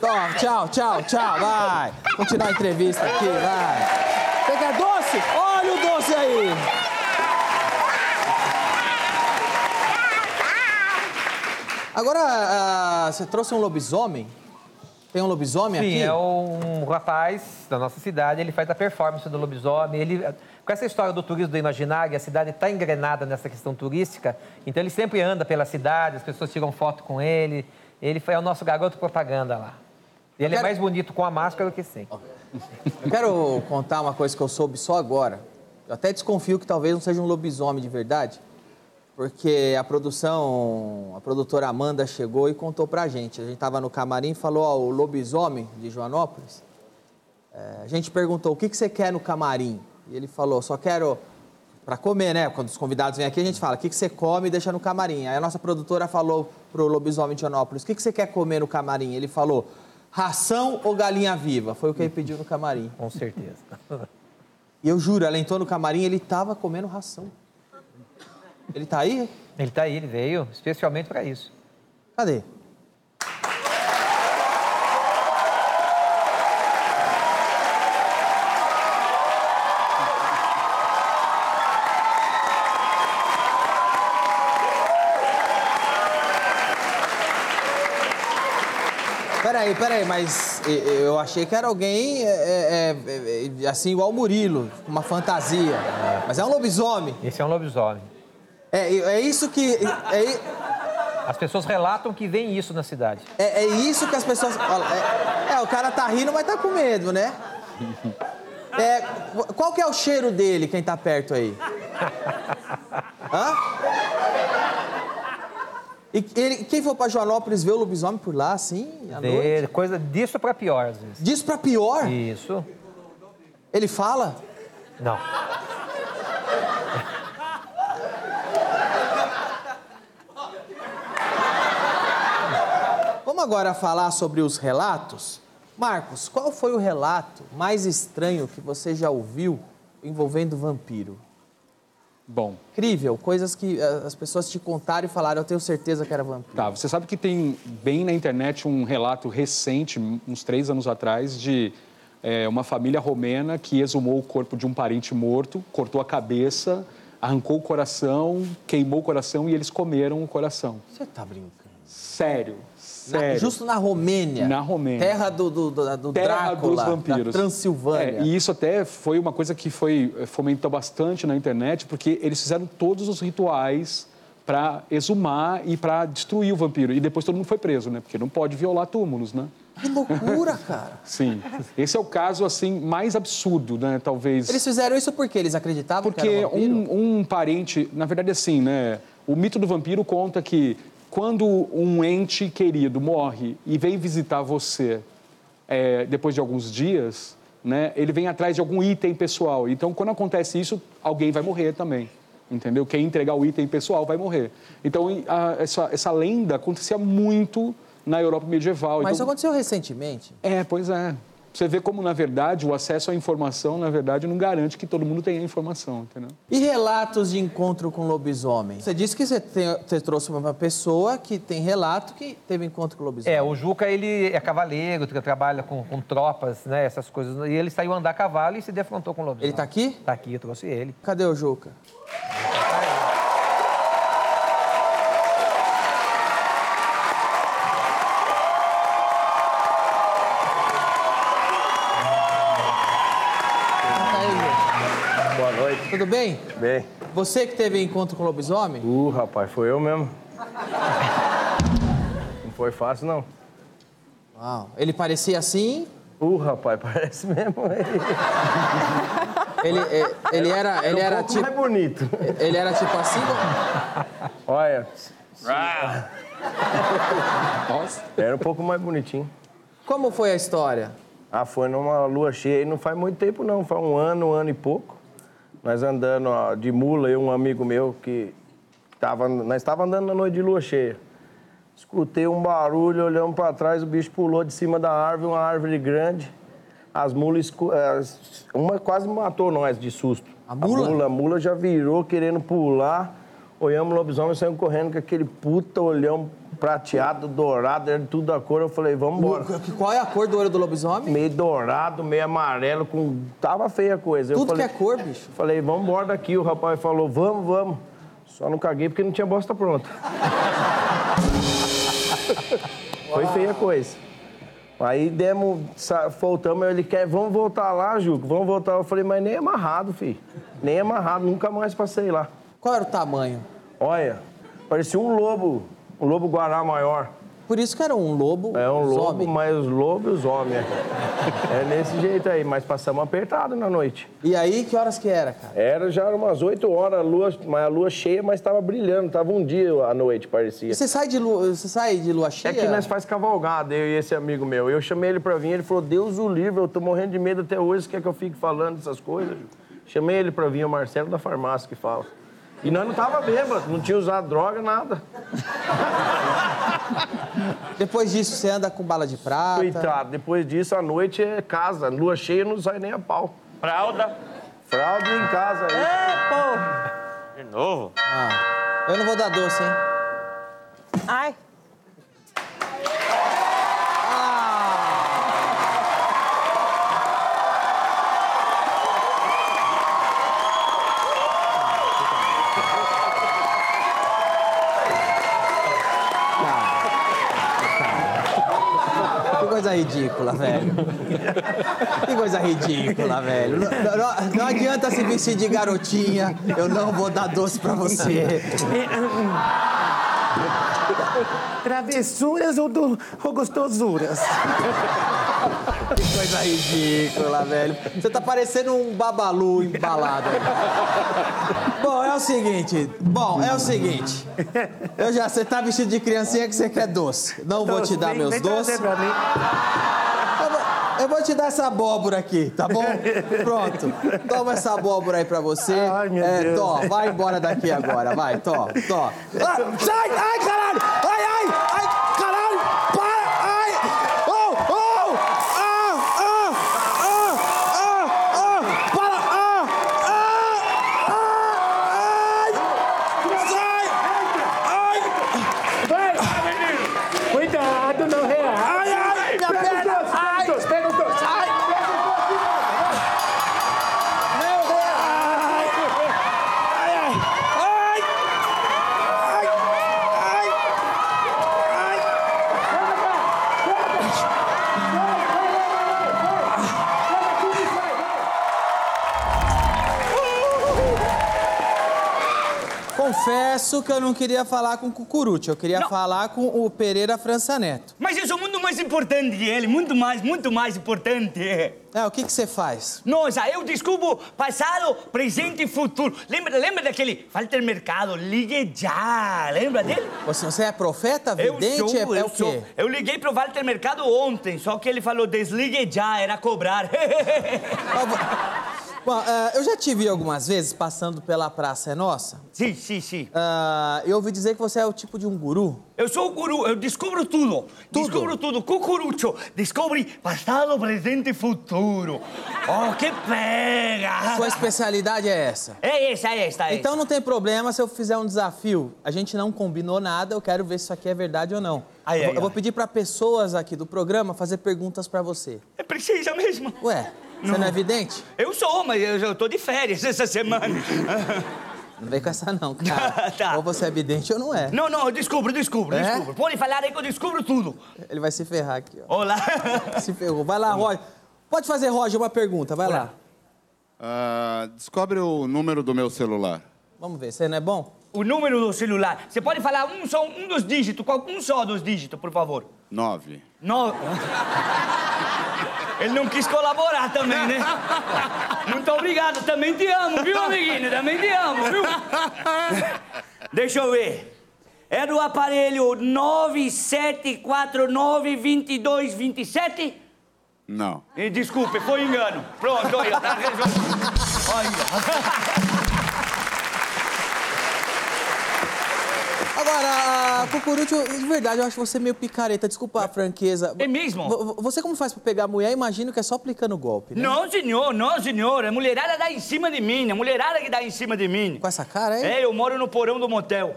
[SPEAKER 3] Ó, tchau, tchau, tchau, vai. Continuar a entrevista aqui, vai. Você quer doce? Olha o doce aí! Agora, ah, você trouxe um lobisomem? Tem um lobisomem aqui?
[SPEAKER 5] Sim, é um rapaz da nossa cidade, ele faz a performance do lobisomem. Ele, com essa história do turismo do imaginário, a cidade está engrenada nessa questão turística, então ele sempre anda pela cidade, as pessoas tiram foto com ele. Ele foi- é o nosso garoto propaganda lá. Ele
[SPEAKER 3] Agora-
[SPEAKER 5] é mais bonito com a máscara do que sem.
[SPEAKER 3] Eu quero contar uma coisa que eu soube só agora. Eu até desconfio que talvez não seja um lobisomem de verdade, porque a produção, a produtora Amanda chegou e contou pra gente. A gente tava no camarim e falou, ó, o lobisomem de Joanópolis. É, a gente perguntou, o que, que você quer no camarim? E ele falou, só quero pra comer, né? Quando os convidados vêm aqui, a gente fala, o que, que você come e deixa no camarim? Aí a nossa produtora falou pro lobisomem de Joanópolis, o que, que você quer comer no camarim? Ele falou, ração ou galinha viva? Foi o que ele pediu no camarim.
[SPEAKER 5] Com certeza.
[SPEAKER 3] E eu juro, ela entrou no camarim e ele tava comendo ração. Ele tá aí?
[SPEAKER 5] Ele está aí, ele veio especialmente para isso.
[SPEAKER 3] Cadê? Peraí, Peraí, peraí, mas e- eu achei que era alguém, é, é, é, é, assim, igual o Murilo, com uma fantasia. Mas é um lobisomem.
[SPEAKER 5] Esse é um lobisomem.
[SPEAKER 3] É, é isso que. É,
[SPEAKER 5] As pessoas relatam que vem isso na cidade.
[SPEAKER 3] é, é isso que as pessoas. olha, É, é, o cara tá rindo, mas tá com medo, né? É, qual que é o cheiro dele, quem tá perto aí? Hã? E ele- quem for pra Joanópolis ver o lobisomem por lá, assim, à noite?
[SPEAKER 5] De- coisa disso pra pior, às vezes.
[SPEAKER 3] Disso pra pior?
[SPEAKER 5] Isso.
[SPEAKER 3] Ele fala?
[SPEAKER 5] Não.
[SPEAKER 3] Vamos agora falar sobre os relatos? Marcos, qual foi o relato mais estranho que você já ouviu envolvendo vampiro?
[SPEAKER 4] Bom.
[SPEAKER 3] Incrível, coisas que eh, as pessoas te contaram e falaram, eu tenho certeza que era vampiro.
[SPEAKER 4] Tá, você sabe que tem bem na internet um relato recente, uns três anos atrás, de é, uma família romena que exumou o corpo de um parente morto, cortou a cabeça, arrancou o coração, queimou o coração e eles comeram o coração.
[SPEAKER 3] Você tá brincando?
[SPEAKER 4] Sério,
[SPEAKER 3] Na-
[SPEAKER 4] sério.
[SPEAKER 3] justo na Romênia.
[SPEAKER 4] Na Romênia.
[SPEAKER 3] Terra do, do, do, do
[SPEAKER 4] Terra
[SPEAKER 3] Drácula,
[SPEAKER 4] dos vampiros.
[SPEAKER 3] da Transilvânia.
[SPEAKER 4] É, e isso até foi uma coisa que foi eh, fomentou bastante na internet, porque eles fizeram todos os rituais para exumar e para destruir o vampiro. E depois todo mundo foi preso, né? Porque não pode violar túmulos, né?
[SPEAKER 3] Que loucura, cara.
[SPEAKER 4] Sim. Esse é o caso, assim, mais absurdo, né? Talvez.
[SPEAKER 3] Eles fizeram isso porque eles acreditavam que
[SPEAKER 4] Porque
[SPEAKER 3] era vampiro?
[SPEAKER 4] um, um parente, na verdade, assim, né? O mito do vampiro conta que quando um ente querido morre e vem visitar você é, depois de alguns dias, né? Ele vem atrás de algum item pessoal. Então, quando acontece isso, alguém vai morrer também. Entendeu? Quem entregar o item pessoal vai morrer. Então, e a- essa, essa lenda acontecia muito na Europa medieval.
[SPEAKER 3] Mas isso
[SPEAKER 4] Então,
[SPEAKER 3] aconteceu recentemente.
[SPEAKER 4] é, pois é. Você vê como, na verdade, o acesso à informação, na verdade, não garante que todo mundo tenha a informação, entendeu?
[SPEAKER 3] E relatos de encontro com lobisomem? Você disse que você, tem- você trouxe uma pessoa que tem relato que teve encontro com lobisomem.
[SPEAKER 5] É, o Juca, ele é cavaleiro, tra- trabalha com, com tropas, né, essas coisas. E ele saiu andar a cavalo e se defrontou com o lobisomem.
[SPEAKER 3] Ele tá aqui?
[SPEAKER 5] Tá aqui, eu trouxe ele.
[SPEAKER 3] Cadê o Juca? Tá
[SPEAKER 13] Boa noite.
[SPEAKER 3] Tudo bem?
[SPEAKER 13] Bem.
[SPEAKER 3] Você que teve encontro com o lobisomem?
[SPEAKER 13] Uh, rapaz, foi eu mesmo. Não foi fácil, não.
[SPEAKER 3] Uau. Ele parecia assim?
[SPEAKER 13] Uh, rapaz,
[SPEAKER 3] É
[SPEAKER 13] parece mesmo.
[SPEAKER 3] Ele, é- ele era,
[SPEAKER 13] Era
[SPEAKER 3] ele
[SPEAKER 13] um
[SPEAKER 3] era
[SPEAKER 13] pouco
[SPEAKER 3] tipo
[SPEAKER 13] mais bonito.
[SPEAKER 3] Ele era tipo assim?
[SPEAKER 13] Olha. Era um pouco mais bonitinho.
[SPEAKER 3] Como foi a história?
[SPEAKER 13] Ah, foi numa lua cheia e não faz muito tempo, não. Faz um ano, um ano e pouco. Nós andando ó, de mula, eu e um amigo meu que tava, nós estávamos andando na noite de lua cheia. Escutei um barulho, olhamos para trás, o bicho pulou de cima da árvore, uma árvore grande. As mulas, escu- as- uma quase matou nós de susto. A
[SPEAKER 3] mula?
[SPEAKER 13] A mula, já virou querendo pular. Olhamos o lobisomem, saímos correndo com aquele puta olhão prateado, dourado, era de tudo a cor. Eu falei, vamos embora.
[SPEAKER 3] Qual é a cor do olho do lobisomem?
[SPEAKER 13] Meio dourado, meio amarelo, com... Tava feia a coisa.
[SPEAKER 3] Tudo
[SPEAKER 13] falei,
[SPEAKER 3] que é cor, bicho.
[SPEAKER 13] Falei, vamos embora daqui. O rapaz falou, vamos, vamos. Só não caguei porque não tinha bosta pronta. Foi feia a coisa. Aí demos, sa- voltamos, ele quer, vamos voltar lá, Juco, vamos voltar. Eu falei, mas nem amarrado, filho. Nem amarrado, nunca mais passei lá.
[SPEAKER 3] Qual era o tamanho?
[SPEAKER 13] Olha, parecia um lobo, um lobo guará maior.
[SPEAKER 3] Por isso que era um lobo.
[SPEAKER 13] É um lobo,
[SPEAKER 3] lobisomem.
[SPEAKER 13] mas os lobos e os homens. É nesse jeito aí, mas passamos apertado na noite.
[SPEAKER 3] E aí, que horas que era, cara?
[SPEAKER 13] Era já eram umas 8 horas, a lua, mas a lua cheia, mas estava brilhando, estava um dia à noite, parecia.
[SPEAKER 3] E Você sai de lua, você sai de lua cheia?
[SPEAKER 13] É que nós faz cavalgada, eu e esse amigo meu. Eu chamei ele pra vir, ele falou, Deus o livre, eu tô morrendo de medo até hoje, você quer que eu fique falando essas coisas? Chamei ele pra vir, o Marcelo da farmácia que fala. E nós não tava bêbado, não tinha usado droga, nada.
[SPEAKER 3] Depois disso, você anda com bala de prata.
[SPEAKER 13] Coitado, depois disso, a noite é casa, lua cheia não sai nem a pau.
[SPEAKER 6] Fralda.
[SPEAKER 13] Fralda em casa aí.
[SPEAKER 6] De novo?
[SPEAKER 3] Ah, eu não vou dar doce, hein?
[SPEAKER 2] Ai.
[SPEAKER 3] Não, coisa ridícula, velho. Que coisa ridícula, velho. Não, não- não adianta se vestir de garotinha, eu não vou dar doce pra você.
[SPEAKER 12] Travessuras ou, do, ou gostosuras?
[SPEAKER 3] Que coisa ridícula, velho. Você tá parecendo um babalu embalado. Bom, é o seguinte. Bom, é o seguinte. Eu já, você tá vestido de criancinha que você quer doce. Não vou
[SPEAKER 12] Doce,
[SPEAKER 3] te dar
[SPEAKER 12] vem-
[SPEAKER 3] meus
[SPEAKER 12] vem
[SPEAKER 3] doces.
[SPEAKER 12] trazer pra mim.
[SPEAKER 3] Eu vou- Eu vou te dar essa abóbora aqui, tá bom? Pronto. Toma essa abóbora aí pra você. Ai, meu
[SPEAKER 12] Deus.
[SPEAKER 3] Tó, vai embora daqui agora. Vai, Tó, Tó.
[SPEAKER 12] Ah, sai! Ai, caralho! Ai, ai! Ai, caralho! Para! Ai! Oh, oh! Ah, ah! Ah, ah, ah! Para! Ah! Ah! Ah! Ai! Sai! Ai! Vai! Cuidado, não reage! Ai, ai! Minha pega perna! Doce, ai! Pega o doce, pega o doce! Ai! Pega o doce! Não reage! Ai, ai! Ai! Ai! Ai! Ai!
[SPEAKER 3] Confesso que eu não queria falar com o Cucuruti, eu queria falar com o Pereira França Neto.
[SPEAKER 14] Mas eu sou muito mais importante que ele, muito mais, muito mais importante.
[SPEAKER 3] É, o que que você faz?
[SPEAKER 14] Nossa, eu descubro passado, presente e futuro. Lembra, lembra daquele Walter Mercado, ligue já, lembra dele?
[SPEAKER 3] Você, você é profeta,
[SPEAKER 14] Eu
[SPEAKER 3] vidente,
[SPEAKER 14] sou,
[SPEAKER 3] é, é
[SPEAKER 14] eu
[SPEAKER 3] o
[SPEAKER 14] sou.
[SPEAKER 3] quê?
[SPEAKER 14] Eu liguei pro Walter Mercado ontem, só que ele falou desligue já, Ah, era cobrar. Eh,
[SPEAKER 3] Bom, é, eu já te vi algumas vezes passando pela Praça é Nossa.
[SPEAKER 14] Sim, sim, sim.
[SPEAKER 3] eu ouvi dizer que você é o tipo de um guru.
[SPEAKER 14] Eu sou o guru, eu descubro tudo. Descubro tudo. Cucurucho descobre passado, presente e futuro. Oh, que pega!
[SPEAKER 3] Sua especialidade é essa.
[SPEAKER 14] É essa, é essa, é
[SPEAKER 3] Então não tem problema se eu fizer um desafio. A gente não combinou nada, eu quero ver se isso aqui é verdade ou não.
[SPEAKER 14] Ai,
[SPEAKER 3] eu, vou-
[SPEAKER 14] ai,
[SPEAKER 3] eu vou
[SPEAKER 14] ai.
[SPEAKER 3] pedir pra pessoas aqui do programa fazer perguntas pra você.
[SPEAKER 14] É precisa mesmo.
[SPEAKER 3] Ué, você não é vidente?
[SPEAKER 14] Eu sou, mas eu, eu tô de férias essa semana.
[SPEAKER 3] Não vem com essa não, cara. Ou você é vidente ou não é.
[SPEAKER 14] Tá. não, não, eu descubro, descubro,
[SPEAKER 3] É?
[SPEAKER 14] descubro. Pode falar aí que eu descubro tudo.
[SPEAKER 3] Ele vai se ferrar aqui, ó.
[SPEAKER 14] Olá.
[SPEAKER 3] Se ferrou. Vai lá, Roger. Pode fazer, Roger, uma pergunta, vai lá.
[SPEAKER 9] Ah, descobre o número do meu celular.
[SPEAKER 3] Vamos ver, você não é bom?
[SPEAKER 14] O número do celular. Você pode falar um só, um dos dígitos, qual- um só dos dígitos, por favor.
[SPEAKER 9] Nove.
[SPEAKER 14] Não. Ele não quis colaborar também, né? Muito obrigado, também te amo, viu, amiguinho? Também te amo, viu? Deixa eu ver. É do aparelho 97492227?
[SPEAKER 9] Não.
[SPEAKER 14] Eh, Desculpe, foi engano. Pronto, olha, tá resolvido. Olha.
[SPEAKER 3] Agora, Cucuruti, eu- de verdade, eu acho você meio picareta. Desculpa a franqueza. É
[SPEAKER 14] mesmo?
[SPEAKER 3] Você como faz pra pegar mulher? Imagino que é só aplicando golpe, né?
[SPEAKER 14] Não, senhor, não, senhor. A mulherada dá em cima de mim, a mulherada que dá em cima de mim. Com
[SPEAKER 3] essa cara, hein?
[SPEAKER 14] É, eu moro no porão do motel.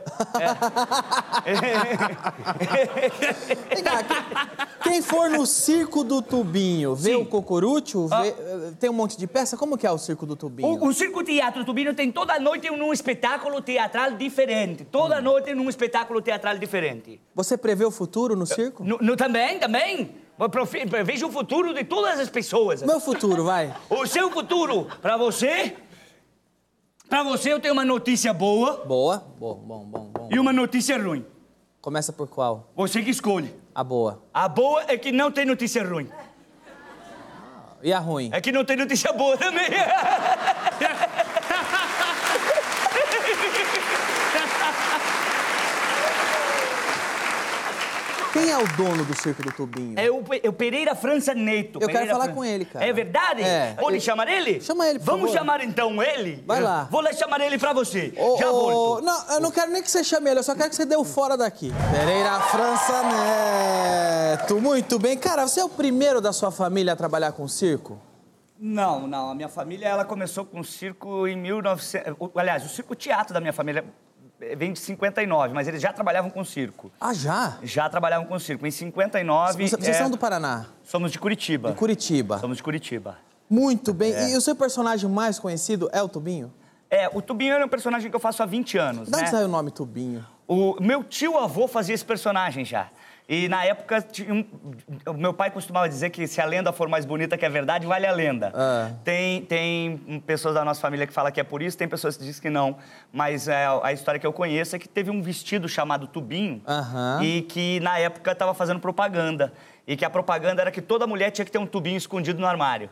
[SPEAKER 14] É,
[SPEAKER 3] Quem for no Circo do Tubinho vê o Cucurucho, vê- tem um monte de peça. Como que é o Circo do Tubinho?
[SPEAKER 14] Ah. O, o Circo Teatro Tubino tem toda noite um espetáculo teatral diferente. Toda noite um espetáculo teatral diferente.
[SPEAKER 3] Você prevê o futuro no circo?
[SPEAKER 14] No, no- também, também. Eu profi- eu Vejo o futuro de todas as pessoas.
[SPEAKER 3] Meu futuro, vai.
[SPEAKER 14] O seu futuro, pra você... Pra você eu tenho uma notícia boa.
[SPEAKER 3] Boa. Bom, bom, bom, bom.
[SPEAKER 14] E uma notícia ruim.
[SPEAKER 3] Começa por qual?
[SPEAKER 14] Você que escolhe.
[SPEAKER 3] A boa.
[SPEAKER 14] A boa é que não tem notícia ruim.
[SPEAKER 3] Ah, E a ruim?
[SPEAKER 14] É que não tem notícia boa também.
[SPEAKER 3] Quem é o dono do Circo do Tubinho?
[SPEAKER 14] É o, Pe- é o Pereira França Neto.
[SPEAKER 3] Eu quero
[SPEAKER 14] Pereira
[SPEAKER 3] falar com ele, cara.
[SPEAKER 14] É verdade?
[SPEAKER 3] É.
[SPEAKER 14] Pode
[SPEAKER 3] Eu-
[SPEAKER 14] chamar ele? Chama ele,
[SPEAKER 3] por
[SPEAKER 14] Vamos
[SPEAKER 3] favor.
[SPEAKER 14] chamar então ele?
[SPEAKER 3] Vai lá.
[SPEAKER 14] Vou lá chamar ele pra você.
[SPEAKER 3] Ô,
[SPEAKER 14] Já então.
[SPEAKER 3] ô,
[SPEAKER 14] volto.
[SPEAKER 3] Não, eu não quero nem que você chame ele, eu só quero que você dê o fora daqui. Pereira França Neto, muito bem. Cara, você é o primeiro da sua família a trabalhar com circo?
[SPEAKER 14] Não, não. A minha família, ela começou com o circo em 1900... o- Aliás, o circo teatro da minha família eh, vem de 59, mas eles já trabalhavam com circo.
[SPEAKER 3] Ah, já?
[SPEAKER 14] Já trabalhavam com circo. Em 59...
[SPEAKER 3] Você- Vocês
[SPEAKER 14] é,
[SPEAKER 3] são do Paraná?
[SPEAKER 14] Somos de Curitiba. De
[SPEAKER 3] Curitiba.
[SPEAKER 14] Somos de Curitiba.
[SPEAKER 3] Muito bem.
[SPEAKER 14] É.
[SPEAKER 3] E o seu personagem mais conhecido é o Tubinho?
[SPEAKER 14] É, o Tubinho era um personagem que eu faço há 20 anos,
[SPEAKER 3] De onde
[SPEAKER 14] né?
[SPEAKER 3] saiu o nome Tubinho?
[SPEAKER 14] O meu tio avô fazia esse personagem já. E na época, tinha um- o meu pai costumava dizer que se a lenda for mais bonita que a verdade, vale a lenda.
[SPEAKER 3] É.
[SPEAKER 14] Tem, tem pessoas da nossa família que falam que é por isso, tem pessoas que dizem que não. Mas é, a história que eu conheço é que teve um vestido chamado tubinho e que na época estava fazendo propaganda. E que a propaganda era que toda mulher tinha que ter um tubinho escondido no armário.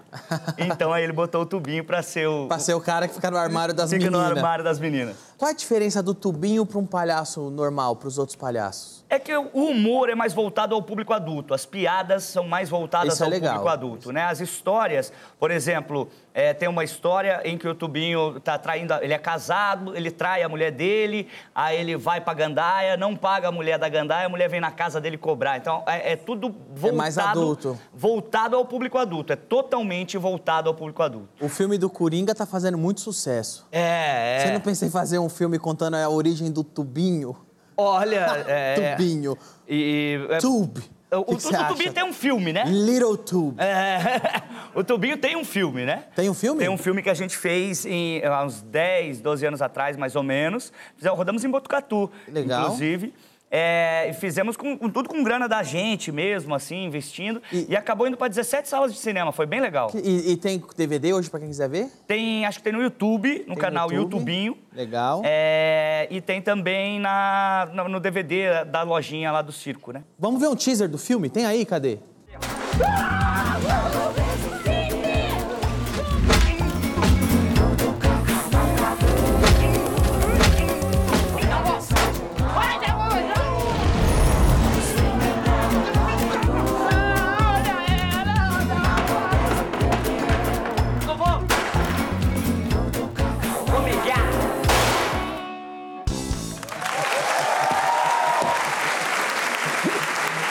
[SPEAKER 14] Então aí ele botou o tubinho pra ser o.
[SPEAKER 3] Pra ser o cara que fica no armário das
[SPEAKER 14] Fica
[SPEAKER 3] meninas.
[SPEAKER 14] no armário das meninas.
[SPEAKER 3] Qual é a diferença do tubinho pra um palhaço normal, pros outros palhaços?
[SPEAKER 14] É que o humor é mais voltado ao público adulto, as piadas são mais voltadas
[SPEAKER 3] Isso é
[SPEAKER 14] ao
[SPEAKER 3] legal.
[SPEAKER 14] público adulto, né? As histórias, por exemplo, é, tem uma história em que o Tubinho tá traindo, a- ele é casado, ele trai a mulher dele, aí ele vai pra gandaia, não paga a mulher da gandaia, a mulher vem na casa dele cobrar. Então, é, é tudo voltado...
[SPEAKER 3] mais adulto.
[SPEAKER 14] Voltado ao público adulto, é totalmente voltado ao público adulto.
[SPEAKER 3] O filme do Coringa tá fazendo muito sucesso.
[SPEAKER 14] É, é.
[SPEAKER 3] Você não pensa em fazer um filme contando a origem do tubinho?
[SPEAKER 14] Olha, é...
[SPEAKER 3] Tubinho.
[SPEAKER 14] E... é-
[SPEAKER 3] Tube.
[SPEAKER 14] O,
[SPEAKER 3] que
[SPEAKER 14] o,
[SPEAKER 3] que você
[SPEAKER 14] o
[SPEAKER 3] acha?
[SPEAKER 14] Tubinho tem um filme, né?
[SPEAKER 3] Little Tube.
[SPEAKER 14] É. O Tubinho tem um filme, né?
[SPEAKER 3] Tem um filme?
[SPEAKER 14] Tem um filme que a gente fez em, há uns 10, 12 anos atrás, mais ou menos. Fizemos, rodamos em Botucatu,
[SPEAKER 3] Legal.
[SPEAKER 14] inclusive. É, e fizemos com, com tudo com grana da gente mesmo, assim, investindo. E, acabou indo pra 17 salas de cinema, foi bem legal.
[SPEAKER 3] E, e tem DVD hoje pra quem quiser ver?
[SPEAKER 14] Tem, acho que tem no YouTube, no
[SPEAKER 3] Tem no
[SPEAKER 14] canal
[SPEAKER 3] YouTube.
[SPEAKER 14] YouTubinho.
[SPEAKER 3] Legal.
[SPEAKER 14] É, e tem também na, na- no DVD da lojinha lá do circo, né?
[SPEAKER 3] Vamos ver um teaser do filme? Tem aí? Cadê?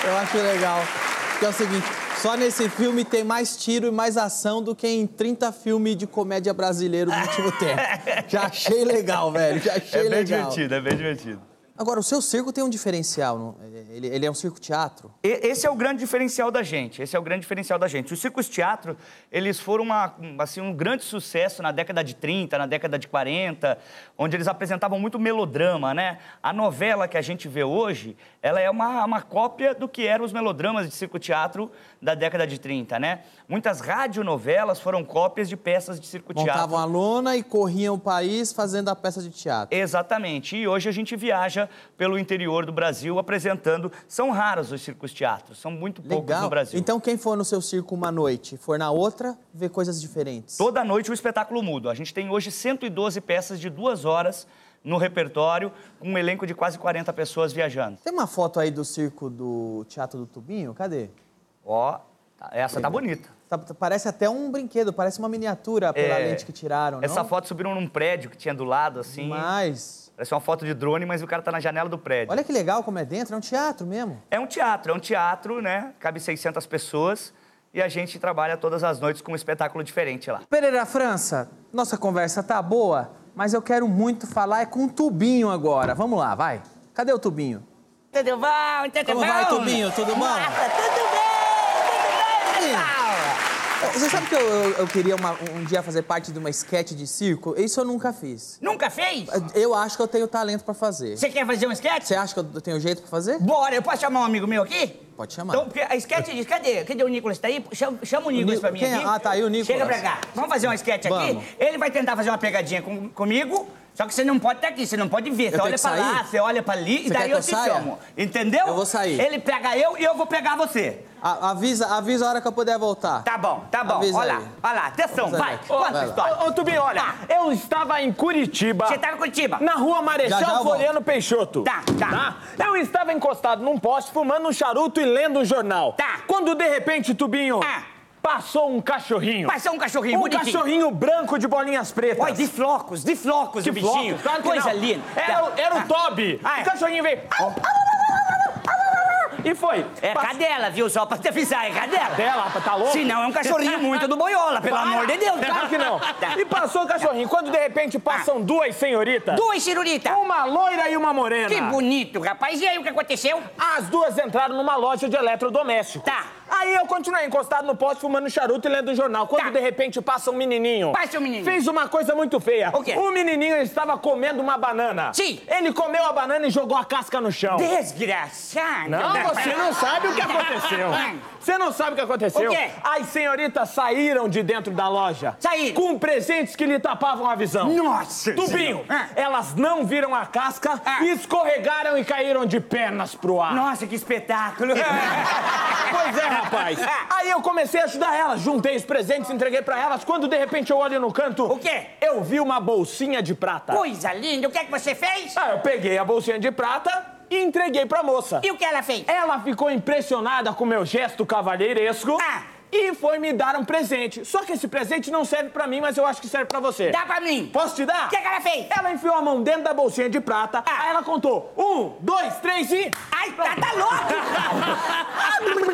[SPEAKER 3] Eu acho legal. Que é o seguinte, só nesse filme tem mais tiro e mais ação do que em 30 filmes de comédia brasileiro do último tempo. Já achei legal, velho. Já achei
[SPEAKER 14] é bem
[SPEAKER 3] legal.
[SPEAKER 14] divertido, é bem divertido.
[SPEAKER 3] Agora, o seu circo tem um diferencial, não? Ele, ele é um circo-teatro?
[SPEAKER 14] E- Esse é o grande diferencial da gente. Esse é o grande diferencial da gente. Os circos teatro, eles foram uma, um, assim, um grande sucesso na década de 30, na década de 40, onde eles apresentavam muito melodrama, né? A novela que a gente vê hoje, ela é uma, uma cópia do que eram os melodramas de circo teatro da década de 30, né? Muitas radionovelas foram cópias de peças de circo teatro.
[SPEAKER 3] Montavam a lona e corriam o país fazendo a peça de teatro.
[SPEAKER 14] Exatamente. E hoje a gente viaja pelo interior do Brasil apresentando. São raros os circos teatros, são muito poucos
[SPEAKER 3] Legal.
[SPEAKER 14] no Brasil.
[SPEAKER 3] Então, quem for no seu circo uma noite e for na outra, vê coisas diferentes.
[SPEAKER 14] Toda noite o espetáculo muda. A gente tem hoje 112 peças de duas horas no repertório, com um elenco de quase 40 pessoas viajando.
[SPEAKER 3] Tem uma foto aí do circo do Teatro do Tubinho? Cadê?
[SPEAKER 14] Ó, tá- essa tá bonita.
[SPEAKER 3] Tá- tá- parece até um brinquedo, parece uma miniatura Ah, pela
[SPEAKER 14] É,
[SPEAKER 3] lente que tiraram, não?
[SPEAKER 14] Essa foto subiram num prédio que tinha do lado, assim.
[SPEAKER 3] Mas...
[SPEAKER 14] Parece uma foto de drone, mas o cara tá na janela do prédio.
[SPEAKER 3] Olha que legal como é dentro, é um teatro mesmo.
[SPEAKER 14] É um teatro, é um teatro, né? Cabe 600 pessoas e a gente trabalha todas as noites com um espetáculo diferente lá.
[SPEAKER 3] Pereira França, nossa conversa tá boa, mas eu quero muito falar é com o Tubinho agora. Vamos lá, vai. Cadê o Tubinho?
[SPEAKER 15] Tudo bom? Tudo
[SPEAKER 3] Como
[SPEAKER 15] bom?
[SPEAKER 3] vai, Tubinho? Tudo bom?
[SPEAKER 15] Nossa, tudo bem, tudo bem, pessoal?
[SPEAKER 3] Você sabe que eu, eu- eu queria uma- um dia fazer parte de uma esquete de circo? Isso eu nunca fiz.
[SPEAKER 15] Nunca fez?
[SPEAKER 3] Eu acho que eu tenho talento pra fazer.
[SPEAKER 15] Você quer fazer um sketch?
[SPEAKER 3] Você acha que eu tenho jeito pra fazer?
[SPEAKER 15] Bora, eu posso chamar um amigo meu aqui?
[SPEAKER 3] Pode chamar.
[SPEAKER 15] Então, porque a sketch diz, cadê? Cadê o Nicolas? Tá aí? Chama, chama o Nicolas
[SPEAKER 3] Ni-
[SPEAKER 15] pra mim
[SPEAKER 3] quem é?
[SPEAKER 15] aqui.
[SPEAKER 3] Ah, tá aí o Nicolas.
[SPEAKER 15] Chega pra cá. Vamos fazer uma sketch
[SPEAKER 3] Vamos.
[SPEAKER 15] aqui? Ele vai tentar fazer uma pegadinha com- comigo, só que você não pode estar aqui, você não pode ver. Você
[SPEAKER 3] Eu tenho
[SPEAKER 15] olha
[SPEAKER 3] que
[SPEAKER 15] pra lá,
[SPEAKER 3] sair?
[SPEAKER 15] você olha pra ali,
[SPEAKER 3] Você
[SPEAKER 15] e
[SPEAKER 3] quer
[SPEAKER 15] daí
[SPEAKER 3] que
[SPEAKER 15] eu,
[SPEAKER 3] eu
[SPEAKER 15] te
[SPEAKER 3] saia?
[SPEAKER 15] chamo. Entendeu?
[SPEAKER 3] Eu vou sair.
[SPEAKER 15] Ele pega eu e eu vou pegar você.
[SPEAKER 3] A- avisa, avisa a hora que eu puder voltar.
[SPEAKER 15] Tá bom, tá bom.
[SPEAKER 3] Avisa
[SPEAKER 15] olha
[SPEAKER 3] aí.
[SPEAKER 15] lá, olha lá, atenção,
[SPEAKER 3] Avisa
[SPEAKER 15] vai.
[SPEAKER 3] aí.
[SPEAKER 15] Conta a
[SPEAKER 3] Vai lá.
[SPEAKER 15] história. Tá.
[SPEAKER 7] Ô, Tubinho, olha, eu estava em Curitiba.
[SPEAKER 15] Você tava em Curitiba?
[SPEAKER 7] Na rua Marechal
[SPEAKER 15] Já, já eu volto.
[SPEAKER 7] Floriano Peixoto.
[SPEAKER 15] Tá, tá.
[SPEAKER 7] Eu estava encostado num poste, fumando um charuto e lendo um jornal. Tá. Quando, de repente, Tubinho... Passou um cachorrinho.
[SPEAKER 15] Ah. Passou um cachorrinho,
[SPEAKER 7] Um
[SPEAKER 15] bonitinho.
[SPEAKER 7] cachorrinho branco de bolinhas pretas.
[SPEAKER 15] Olha, de flocos, de flocos
[SPEAKER 7] de
[SPEAKER 15] o bichinho.
[SPEAKER 7] flocos, claro que
[SPEAKER 15] Coisa
[SPEAKER 7] não.
[SPEAKER 15] linda.
[SPEAKER 7] Era, o-
[SPEAKER 15] Tá.
[SPEAKER 7] era
[SPEAKER 15] Ah.
[SPEAKER 7] o Toby.
[SPEAKER 15] Ah, é.
[SPEAKER 7] O cachorrinho veio... E foi.
[SPEAKER 15] É cadela, viu? Só pra te avisar, é cadela.
[SPEAKER 7] Cadela, tá louco?
[SPEAKER 15] Se não, é um cachorrinho muito do boiola, pelo
[SPEAKER 7] Para.
[SPEAKER 15] amor de Deus. Tá.
[SPEAKER 7] Claro que não. E passou o cachorrinho. Quando de repente passam duas senhoritas.
[SPEAKER 15] Ah. Duas senhoritas.
[SPEAKER 7] Uma Tá. loira e uma morena.
[SPEAKER 15] Que bonito, rapaz. E aí, o que aconteceu?
[SPEAKER 7] As duas entraram numa loja de eletrodoméstico.
[SPEAKER 15] Tá.
[SPEAKER 7] Aí eu continuei encostado no poste, fumando charuto e lendo o jornal. Quando de repente passa um menininho.
[SPEAKER 15] Passa um menininho.
[SPEAKER 7] Fez uma coisa muito feia. O quê? O menininho estava comendo uma banana. Sim. Ele comeu a banana e jogou a casca no chão.
[SPEAKER 15] Desgraçado.
[SPEAKER 7] Não, você não sabe o que aconteceu. Você não sabe o que aconteceu.
[SPEAKER 15] O quê?
[SPEAKER 7] As senhoritas saíram de dentro da loja. Saíram. Com presentes que lhe tapavam a visão.
[SPEAKER 15] Nossa Ah.
[SPEAKER 7] Tubinho, elas não viram a casca, escorregaram e caíram de pernas pro ar.
[SPEAKER 15] Nossa, que espetáculo.
[SPEAKER 7] Pois é, rapaz. Aí eu comecei a ajudar elas, juntei os presentes, entreguei pra elas. Quando de repente eu olho no canto... O quê? Eu vi uma bolsinha de prata.
[SPEAKER 15] Coisa linda, o que é que você fez?
[SPEAKER 7] Ah, eu peguei a bolsinha de prata e entreguei pra moça.
[SPEAKER 15] E o que ela fez?
[SPEAKER 7] Ela ficou impressionada com o meu gesto cavalheiresco.
[SPEAKER 15] Ah.
[SPEAKER 7] E foi me dar um presente. Só que esse presente não serve pra mim, mas eu acho que serve pra você.
[SPEAKER 15] Dá pra mim.
[SPEAKER 7] Posso te dar?
[SPEAKER 15] O que que ela fez? Ah.
[SPEAKER 7] Ela enfiou a mão dentro da bolsinha de prata, aí ela contou. Um, dois, três e...
[SPEAKER 15] Ai, tá, tá louco!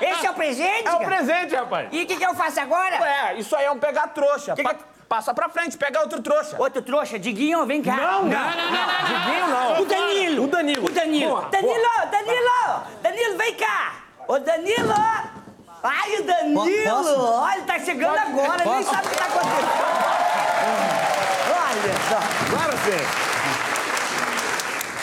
[SPEAKER 15] Esse é o presente?
[SPEAKER 7] É o
[SPEAKER 15] cara?
[SPEAKER 7] presente, rapaz.
[SPEAKER 15] E o que, que eu faço agora?
[SPEAKER 7] Ué, isso aí é um pegar trouxa. Pa- Passa pra frente, pega outro trouxa.
[SPEAKER 15] Outro trouxa? Diguinho, vem cá.
[SPEAKER 7] Não, não, não,
[SPEAKER 15] Diguinho não. O Danilo. O Danilo. O Danilo.
[SPEAKER 7] Boa,
[SPEAKER 15] Danilo, Danilo. Danilo, vem cá. Ô, Danilo. Ai, o Danilo.
[SPEAKER 12] Posso?
[SPEAKER 15] Olha, tá chegando agora. Ele Nem
[SPEAKER 12] Posso?
[SPEAKER 15] sabe o que tá acontecendo. Olha só. Agora sim.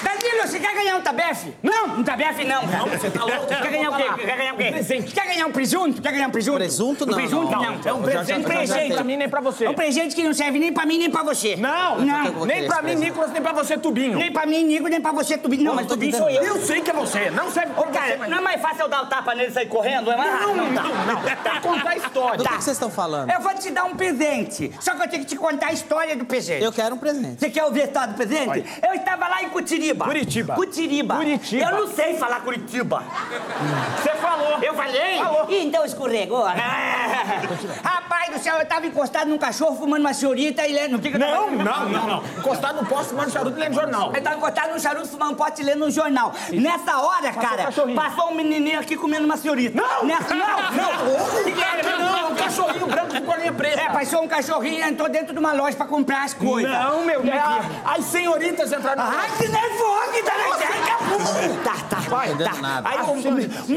[SPEAKER 15] Danilo, você quer ganhar um tabefe? Não, um tabefe não. Não, você tá louco. Quer ganhar o quê? Quer ganhar o quê? Presente. Quer ganhar um presunto? Quer ganhar um presunto?
[SPEAKER 3] Presunto, não,
[SPEAKER 15] Um presunto
[SPEAKER 3] não.
[SPEAKER 15] não. É um
[SPEAKER 3] Já- já-
[SPEAKER 15] presente.
[SPEAKER 3] já- já- já-
[SPEAKER 15] presente.
[SPEAKER 3] pra mim,
[SPEAKER 7] nem pra você.
[SPEAKER 15] É um presente que não serve nem pra mim, nem pra você.
[SPEAKER 7] Não,
[SPEAKER 15] não.
[SPEAKER 7] nem pra mim, Nicolas, nem pra você, Tubinho.
[SPEAKER 15] Nem pra mim, Nico, nem pra você, Tubinho. Não, mas Tubinho sou eu.
[SPEAKER 7] Eu sei que é você, não serve pra
[SPEAKER 15] Ô, cara,
[SPEAKER 7] você, mas-
[SPEAKER 15] não é mais fácil eu dar o tapa nele e sair correndo? É mais
[SPEAKER 7] Não,
[SPEAKER 15] rápido.
[SPEAKER 7] não,
[SPEAKER 15] dá.
[SPEAKER 7] não, não. Tá, conta a história.
[SPEAKER 3] Do que que vocês estão falando?
[SPEAKER 15] Eu vou te dar um presente. Só que eu tenho que te contar a história do presente.
[SPEAKER 3] Eu quero um presente.
[SPEAKER 15] Você quer ouvir a história do presente? Eu estava lá em Curitiba.
[SPEAKER 7] Curitiba.
[SPEAKER 15] Curitiba.
[SPEAKER 7] Curitiba.
[SPEAKER 15] Eu não sei falar Curitiba.
[SPEAKER 7] Você falou.
[SPEAKER 15] Eu falei?
[SPEAKER 7] Falou. É.
[SPEAKER 15] Ih, então escorregou. Rapaz do céu, eu tava encostado num cachorro fumando uma senhorita e lendo... o que que eu tava-
[SPEAKER 7] Não, não, não, não. Encostado no poste, mano, charuto e lendo jornal.
[SPEAKER 15] Ele tava encostado num charuto, fumando um pote e lendo um jornal. Nessa hora, cara, passou um menininho aqui comendo uma senhorita. Não! Nessa, não, não! Que que era?
[SPEAKER 7] Não, um cachorrinho branco com colinha preta.
[SPEAKER 15] É, passou um cachorrinho e entrou dentro de uma loja pra comprar as coisas.
[SPEAKER 7] Não, meu
[SPEAKER 15] Deus.
[SPEAKER 7] As senhoritas entraram
[SPEAKER 15] Ai, que nervoso que tá na gente. Tá, tá, tá.
[SPEAKER 3] nada.
[SPEAKER 7] Ah,
[SPEAKER 15] Aí o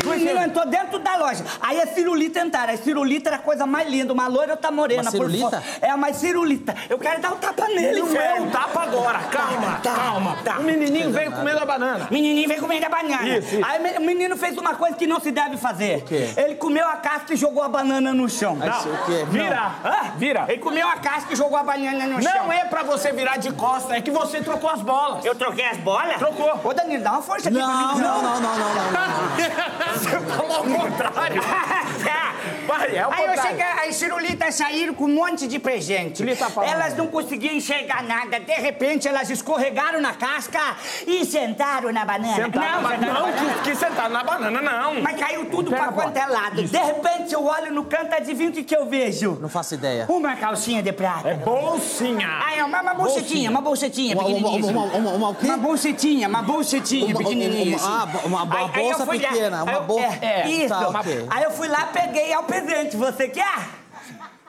[SPEAKER 15] o menino entrou dentro da loja. Aí a cirulita entraram. A cirulita era a coisa mais linda. Uma loira outra morena.
[SPEAKER 3] Uma
[SPEAKER 15] por
[SPEAKER 3] cirulita?
[SPEAKER 15] fora. É, uma cirulita. Eu quero dar um tapa nele, Tá,
[SPEAKER 7] Não é um tapa agora. Calma, calma. O menininho veio comendo a banana.
[SPEAKER 15] Menininho veio comendo a banana.
[SPEAKER 7] Isso, isso.
[SPEAKER 15] Aí me- o menino fez uma coisa que não se deve fazer. Ele comeu a casca e jogou a banana no chão.
[SPEAKER 7] Não,
[SPEAKER 15] Não.
[SPEAKER 7] vira. Hã? Vira.
[SPEAKER 15] Ele comeu a casca e jogou a banana no chão.
[SPEAKER 7] Não é pra você virar de costa, é que você trocou as bolas.
[SPEAKER 15] Eu troquei as bolas?
[SPEAKER 7] Trocou.
[SPEAKER 15] Ô, Danilo, dá uma força aqui pra
[SPEAKER 3] Não,
[SPEAKER 15] mim.
[SPEAKER 3] não, não, não, não, não. não.
[SPEAKER 7] Você falou ao contrário. Vai, é o
[SPEAKER 15] Aí eu
[SPEAKER 7] contrário.
[SPEAKER 15] cheguei, as cirulitas saíram com um monte de presente.
[SPEAKER 7] Cirulita fala.
[SPEAKER 15] Elas não conseguiam enxergar nada. De repente, elas escorregaram na casca e sentaram na banana.
[SPEAKER 7] Sentaram na banana. Não, que, que sentaram na banana, não.
[SPEAKER 15] Mas caiu tudo pra quanto é lado. De repente, eu olho no canto, adivinha o que, que eu vejo?
[SPEAKER 3] Não faço ideia.
[SPEAKER 15] Uma calcinha de prata.
[SPEAKER 7] É bolsinha.
[SPEAKER 15] Ah, é uma, uma bolsetinha, uma bolsetinha
[SPEAKER 3] Uma- uma-
[SPEAKER 15] pequenininha.
[SPEAKER 3] uma- uma- uma- o quê?
[SPEAKER 15] Uma bolsetinha, uma
[SPEAKER 14] um,
[SPEAKER 15] bolsetinha
[SPEAKER 3] Uma- uma-
[SPEAKER 15] pequenininha. assim.
[SPEAKER 3] uma- ah, bo- uma- uma bolsa
[SPEAKER 15] eu fui lá,
[SPEAKER 3] pequena, uma
[SPEAKER 15] aí eu-
[SPEAKER 3] bolsa-
[SPEAKER 15] é,
[SPEAKER 3] é,
[SPEAKER 15] isso.
[SPEAKER 3] tá, ok.
[SPEAKER 15] Aí eu fui lá, peguei, é o presente. Você quer?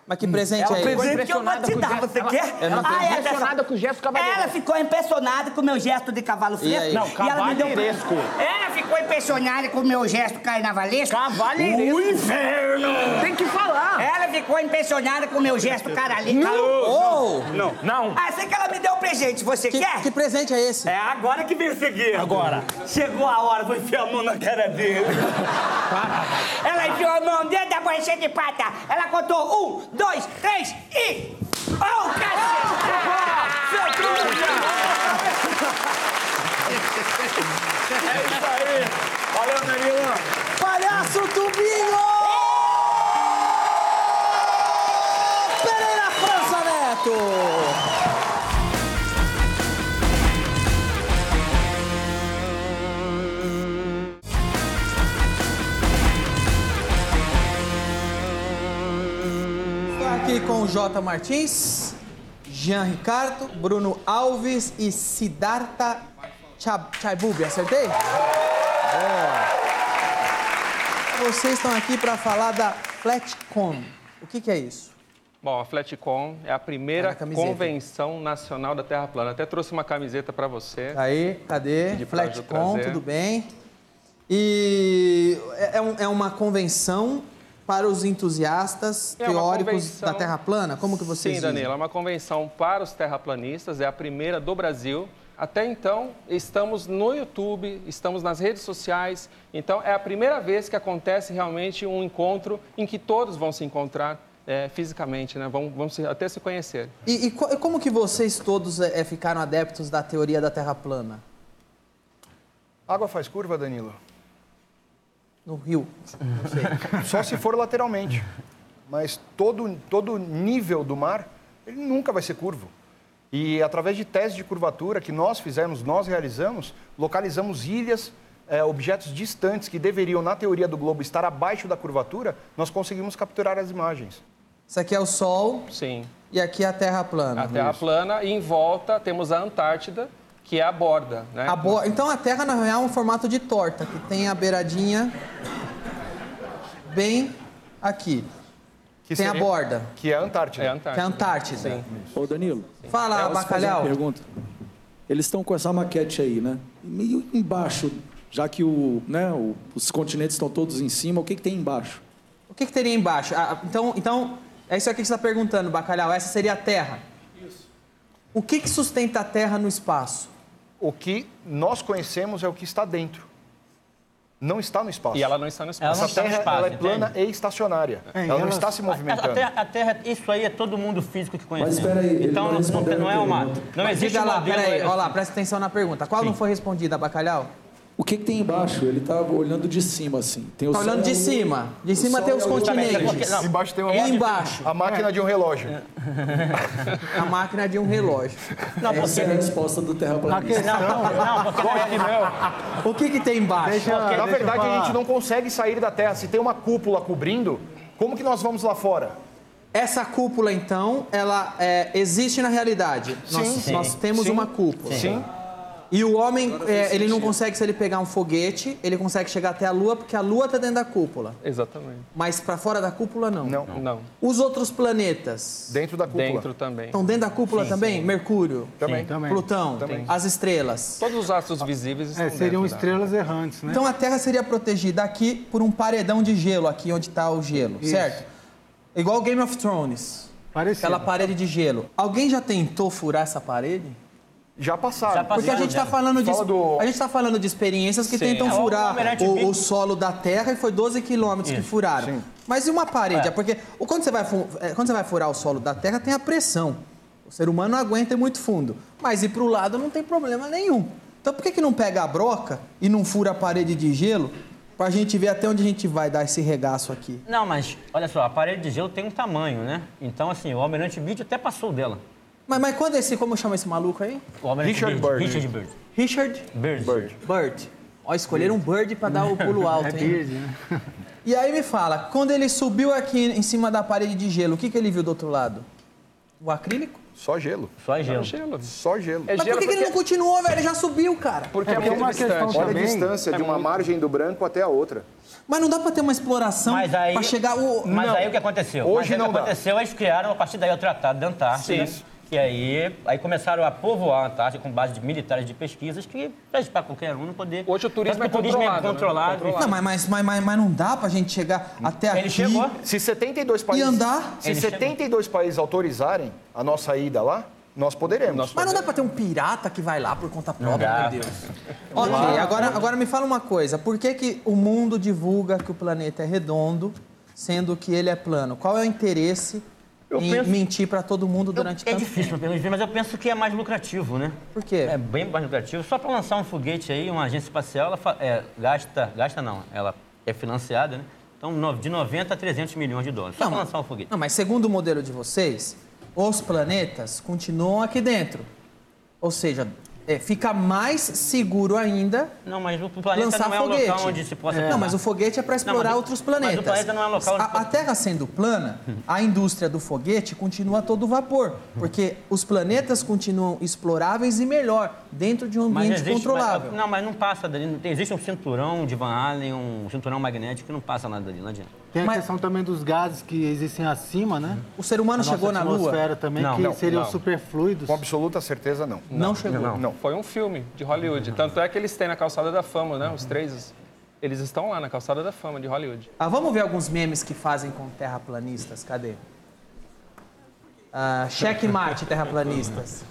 [SPEAKER 3] Mas que presente
[SPEAKER 7] Ela
[SPEAKER 3] é
[SPEAKER 7] pegou
[SPEAKER 3] esse?
[SPEAKER 15] presente que eu vou
[SPEAKER 7] impressionada
[SPEAKER 15] te
[SPEAKER 7] com o
[SPEAKER 15] dar,
[SPEAKER 7] gesto.
[SPEAKER 15] você
[SPEAKER 7] Ela-
[SPEAKER 15] quer?
[SPEAKER 7] ela ficou
[SPEAKER 15] é
[SPEAKER 7] impressionada
[SPEAKER 15] dessa-
[SPEAKER 7] com o gesto cavalheiresco.
[SPEAKER 15] Ela ficou impressionada com o meu gesto de cavalo
[SPEAKER 3] E aí?
[SPEAKER 15] fresco.
[SPEAKER 3] Não,
[SPEAKER 15] e ela me deu- um
[SPEAKER 7] cavalheiresco.
[SPEAKER 15] Ela ficou impressionada com o meu gesto carnavalesco.
[SPEAKER 7] Cavalheiresco.
[SPEAKER 15] O inferno!
[SPEAKER 7] Tem que falar.
[SPEAKER 15] Ela ficou impressionada com o meu gesto caralho.
[SPEAKER 3] Oh!
[SPEAKER 7] Não. Não.
[SPEAKER 15] Ah, sei que ela me deu um presente, você
[SPEAKER 3] Que,
[SPEAKER 15] quer?
[SPEAKER 3] que presente é esse?
[SPEAKER 15] É agora que vem seguir. Agora. Chegou a hora, vou enfiar a mão na cara dele. Ela enfiou a mão dentro da bolsinha de prata. Ela contou um, dois, três e... Oh, cacete!
[SPEAKER 7] Valeu, Danilo.
[SPEAKER 3] Palhaço Tubinho! Pereira França Neto! Estou aqui com o Jota Martins, Jean Ricardo, Bruno Alves e Siddhartha Chab- Chaibubi. Acertei? Vocês estão aqui para falar da Flatcom. O que, que é isso?
[SPEAKER 16] Bom, a Flatcom é
[SPEAKER 3] Tá na
[SPEAKER 16] a primeira
[SPEAKER 3] camiseta.
[SPEAKER 16] convenção nacional da Terra plana. Até trouxe uma camiseta para você.
[SPEAKER 3] Aí, cadê?
[SPEAKER 16] Pedi pra Ju
[SPEAKER 3] Flatcom,
[SPEAKER 16] trazer.
[SPEAKER 3] tudo bem? E é, é um- é uma convenção para os entusiastas
[SPEAKER 16] É uma
[SPEAKER 3] teóricos
[SPEAKER 16] convenção-
[SPEAKER 3] da Terra plana? Como que vocês
[SPEAKER 16] Sim,
[SPEAKER 3] dizem?
[SPEAKER 16] Danilo, é uma convenção para os terraplanistas, é a primeira do Brasil. Até então, estamos no YouTube, estamos nas redes sociais. Então, é a primeira vez que acontece realmente um encontro em que todos vão se encontrar eh, fisicamente, né? Vão, vão se- até se conhecer.
[SPEAKER 3] E, e co- e como que vocês todos é, é, ficaram adeptos da teoria da Terra plana?
[SPEAKER 17] Água faz curva, Danilo?
[SPEAKER 3] No rio. Não sei.
[SPEAKER 17] Só se for lateralmente. Mas todo, todo nível do mar, ele nunca vai ser curvo. E através de testes de curvatura que nós fizemos, nós realizamos, localizamos ilhas, eh, objetos distantes que deveriam, na teoria do globo, estar abaixo da curvatura, nós conseguimos capturar as imagens.
[SPEAKER 3] Isso aqui é o Sol.
[SPEAKER 16] Sim.
[SPEAKER 3] E aqui é a Terra plana.
[SPEAKER 16] A Terra plana e em volta temos a Antártida, que é a borda, né?
[SPEAKER 3] A bo- Então a Terra, na real, é um formato de torta, que tem a beiradinha bem aqui.
[SPEAKER 17] Que
[SPEAKER 3] tem a
[SPEAKER 17] seria-
[SPEAKER 3] borda.
[SPEAKER 17] Que é a Antártida.
[SPEAKER 3] É a Antártida. Que é a Antártida. Sim.
[SPEAKER 18] Ô, Danilo.
[SPEAKER 19] É,
[SPEAKER 3] Fala,
[SPEAKER 18] posso fazer
[SPEAKER 3] bacalhau.
[SPEAKER 18] uma pergunta? Eles estão com essa maquete aí, né? E Meio embaixo, já que o, né, o- os continentes estão todos em cima, o que, que tem embaixo?
[SPEAKER 19] um-
[SPEAKER 3] O que, que teria embaixo? Ah, então, então, é isso aqui que você está perguntando, Bacalhau. Essa seria a Terra. Isso. O que, que sustenta a Terra no espaço?
[SPEAKER 17] O que nós conhecemos é o que está dentro. Não está no espaço.
[SPEAKER 16] E ela não está no espaço. Ela
[SPEAKER 17] Essa
[SPEAKER 16] não está no
[SPEAKER 17] terra
[SPEAKER 16] espaço,
[SPEAKER 17] ela é plana e estacionária. ela, não está se movimentando.
[SPEAKER 19] A, a, terra, a Terra- isso aí é todo mundo físico que conhece.
[SPEAKER 17] Mas espera aí, ele
[SPEAKER 19] Então
[SPEAKER 17] não
[SPEAKER 19] não, não,
[SPEAKER 17] respondeu
[SPEAKER 19] não
[SPEAKER 17] a
[SPEAKER 19] é uma.
[SPEAKER 17] pergunta.
[SPEAKER 19] Não
[SPEAKER 3] Mas
[SPEAKER 19] existe
[SPEAKER 3] diga lá,
[SPEAKER 19] modelo. é
[SPEAKER 3] peraí, olha lá, presta atenção na pergunta. Qual não foi respondida, Bacalhau?
[SPEAKER 18] O que, que tem embaixo? Ele tá olhando de cima, assim. Tem o
[SPEAKER 3] Tá olhando
[SPEAKER 18] Sol,
[SPEAKER 3] de cima. De
[SPEAKER 18] o
[SPEAKER 3] cima
[SPEAKER 18] Sol e
[SPEAKER 3] tem
[SPEAKER 4] é
[SPEAKER 3] os
[SPEAKER 18] a Lua.
[SPEAKER 20] Tá é
[SPEAKER 3] continentes.
[SPEAKER 17] Embaixo tem uma
[SPEAKER 3] E
[SPEAKER 17] máquina,
[SPEAKER 3] embaixo?
[SPEAKER 17] a máquina de um relógio.
[SPEAKER 3] A máquina de um relógio.
[SPEAKER 18] Não, Essa é a resposta do terraplanista.
[SPEAKER 3] é- O que, que tem embaixo?
[SPEAKER 17] Na verdade, a gente não consegue sair da Terra. Se tem uma cúpula cobrindo, como que nós vamos lá fora?
[SPEAKER 3] Essa cúpula, então, ela é, existe na realidade.
[SPEAKER 17] Sim.
[SPEAKER 3] nós,
[SPEAKER 17] Sim.
[SPEAKER 3] nós temos
[SPEAKER 17] Sim.
[SPEAKER 3] uma cúpula.
[SPEAKER 17] Sim.
[SPEAKER 3] E o homem, é, ele não consegue, se ele pegar um foguete, ele consegue chegar até a lua, porque a lua está dentro da cúpula.
[SPEAKER 16] Exatamente.
[SPEAKER 3] Mas para fora da cúpula, não. Não.
[SPEAKER 16] Não.
[SPEAKER 3] Os outros planetas?
[SPEAKER 17] Dentro da
[SPEAKER 16] cúpula. Dentro também.
[SPEAKER 3] Estão dentro da cúpula
[SPEAKER 16] Sim,
[SPEAKER 3] também? Mercúrio?
[SPEAKER 16] Também. Sim, também.
[SPEAKER 3] Plutão?
[SPEAKER 16] Também.
[SPEAKER 3] As estrelas?
[SPEAKER 16] Todos os astros visíveis estão
[SPEAKER 21] É, seriam
[SPEAKER 16] dentro da-
[SPEAKER 21] estrelas errantes, né?
[SPEAKER 3] Então a Terra seria protegida aqui por um paredão de gelo, aqui onde está o gelo,
[SPEAKER 21] Isso.
[SPEAKER 3] certo? Igual Game of Thrones.
[SPEAKER 21] Parecido.
[SPEAKER 3] Aquela parede de gelo. Alguém já tentou furar essa parede?
[SPEAKER 17] Já passaram.
[SPEAKER 3] Porque a gente está falando, de,
[SPEAKER 17] Fala do-
[SPEAKER 3] a gente tá falando de experiências que
[SPEAKER 17] Sim.
[SPEAKER 3] tentam
[SPEAKER 17] É, o
[SPEAKER 3] furar
[SPEAKER 17] Almirante
[SPEAKER 3] o,
[SPEAKER 17] Biggs.
[SPEAKER 3] o solo da Terra e foi 12 quilômetros que
[SPEAKER 17] Isso,
[SPEAKER 3] furaram.
[SPEAKER 17] sim.
[SPEAKER 3] Mas e uma parede? É. Porque o- quando você, vai, fu- é, quando você vai furar o solo da Terra, tem a pressão. O ser humano não aguenta ir muito fundo. Mas ir para o lado não tem problema nenhum. Então por que, que não pega a broca e não fura a parede de gelo para a gente ver até onde a gente vai dar esse regaço aqui?
[SPEAKER 19] Não, mas olha só, a parede de gelo tem um tamanho, né? Então, assim, o Almirante Beach até passou dela.
[SPEAKER 3] Mas, mas quando esse, como chama esse maluco aí?
[SPEAKER 19] O Almirante
[SPEAKER 3] Richard
[SPEAKER 19] Byrd.
[SPEAKER 3] Byrd.
[SPEAKER 19] Richard Bird.
[SPEAKER 3] Richard?
[SPEAKER 19] Bird.
[SPEAKER 3] Bird. Ó, escolheram um Bird para dar o pulo alto, hein?
[SPEAKER 21] É Bird, né?
[SPEAKER 3] E aí me fala, quando ele subiu aqui em cima da parede de gelo, o que, que ele viu do outro lado? O acrílico?
[SPEAKER 17] Só gelo.
[SPEAKER 19] Só gelo.
[SPEAKER 17] Só gelo.
[SPEAKER 3] Mas por que, que ele não continuou, velho? Ele já subiu, cara.
[SPEAKER 17] é Olha a distância de uma margem do branco até a outra.
[SPEAKER 3] Mas não dá pra ter uma exploração
[SPEAKER 19] Mas aí,
[SPEAKER 3] pra chegar o...
[SPEAKER 19] mas aí o que aconteceu?
[SPEAKER 3] Hoje
[SPEAKER 19] Mas aí
[SPEAKER 3] não
[SPEAKER 19] o que
[SPEAKER 3] dá.
[SPEAKER 19] aconteceu, eles criaram a partir daí o Tratado da Antártida.
[SPEAKER 3] Sim.
[SPEAKER 19] E aí, aí começaram a povoar a Antártida com base de militares de pesquisas que fez para qualquer um não poder. Hoje o turismo,
[SPEAKER 3] é
[SPEAKER 17] né?
[SPEAKER 3] Não, mas, mas, mas, mas, mas não dá pra gente chegar até aqui.
[SPEAKER 17] Se 72 países.
[SPEAKER 3] andar?
[SPEAKER 17] Se
[SPEAKER 3] Ele
[SPEAKER 17] 72 países autorizarem a nossa ida lá, nós poderemos.
[SPEAKER 3] Mas não dá pra ter um pirata que vai lá por conta própria,
[SPEAKER 17] dá.
[SPEAKER 3] meu Deus. Ok, agora, agora me fala uma coisa. Por que, que o mundo divulga que o planeta é redondo, sendo que ele é plano? Qual é o interesse em
[SPEAKER 19] penso-
[SPEAKER 3] mentir pra todo mundo durante
[SPEAKER 19] É
[SPEAKER 3] tanto
[SPEAKER 19] difícil para mas eu penso que é mais lucrativo, né?
[SPEAKER 3] Por quê?
[SPEAKER 19] É bem mais lucrativo. Só para lançar um foguete aí, uma agência espacial, ela fa- é, gasta, gasta não, ela é financiada, né? Então, no- de 90 a 300 milhões de dólares, só para lançar um foguete.
[SPEAKER 3] Não, mas segundo o modelo de vocês, os planetas continuam aqui dentro. Ou seja, é, fica mais seguro ainda
[SPEAKER 19] Não, mas o planeta
[SPEAKER 3] lançar
[SPEAKER 19] não é um
[SPEAKER 3] foguete.
[SPEAKER 19] local onde se possa...
[SPEAKER 3] Não, mas o foguete é para explorar
[SPEAKER 19] mas o-
[SPEAKER 3] outros
[SPEAKER 19] mas o
[SPEAKER 3] planetas.
[SPEAKER 19] planeta não é um local onde
[SPEAKER 3] a, a Terra sendo plana, a indústria do foguete continua a todo vapor, porque os planetas continuam exploráveis e melhor dentro de um
[SPEAKER 19] Mas
[SPEAKER 3] ambiente
[SPEAKER 19] existe-
[SPEAKER 3] controlável.
[SPEAKER 19] mas- não, mas não passa dali. não tem- existe um cinturão de Van Allen, um cinturão magnético que não passa nada dali, não adianta.
[SPEAKER 21] Tem a questão também dos gases que existem acima, né?
[SPEAKER 3] O ser humano
[SPEAKER 21] nossa
[SPEAKER 3] chegou na Lua?
[SPEAKER 21] atmosfera também,
[SPEAKER 19] Não,
[SPEAKER 21] que
[SPEAKER 19] não,
[SPEAKER 21] seriam
[SPEAKER 19] não.
[SPEAKER 21] superfluidos.
[SPEAKER 17] Com absoluta certeza, não.
[SPEAKER 3] Não chegou.
[SPEAKER 16] Foi um filme de Hollywood. Tanto é que eles têm na calçada da fama, né? Os três Eles estão lá na calçada da fama de Hollywood.
[SPEAKER 3] Ah, vamos ver alguns memes que fazem com terraplanistas. Cadê? Ah, checkmate, terraplanistas.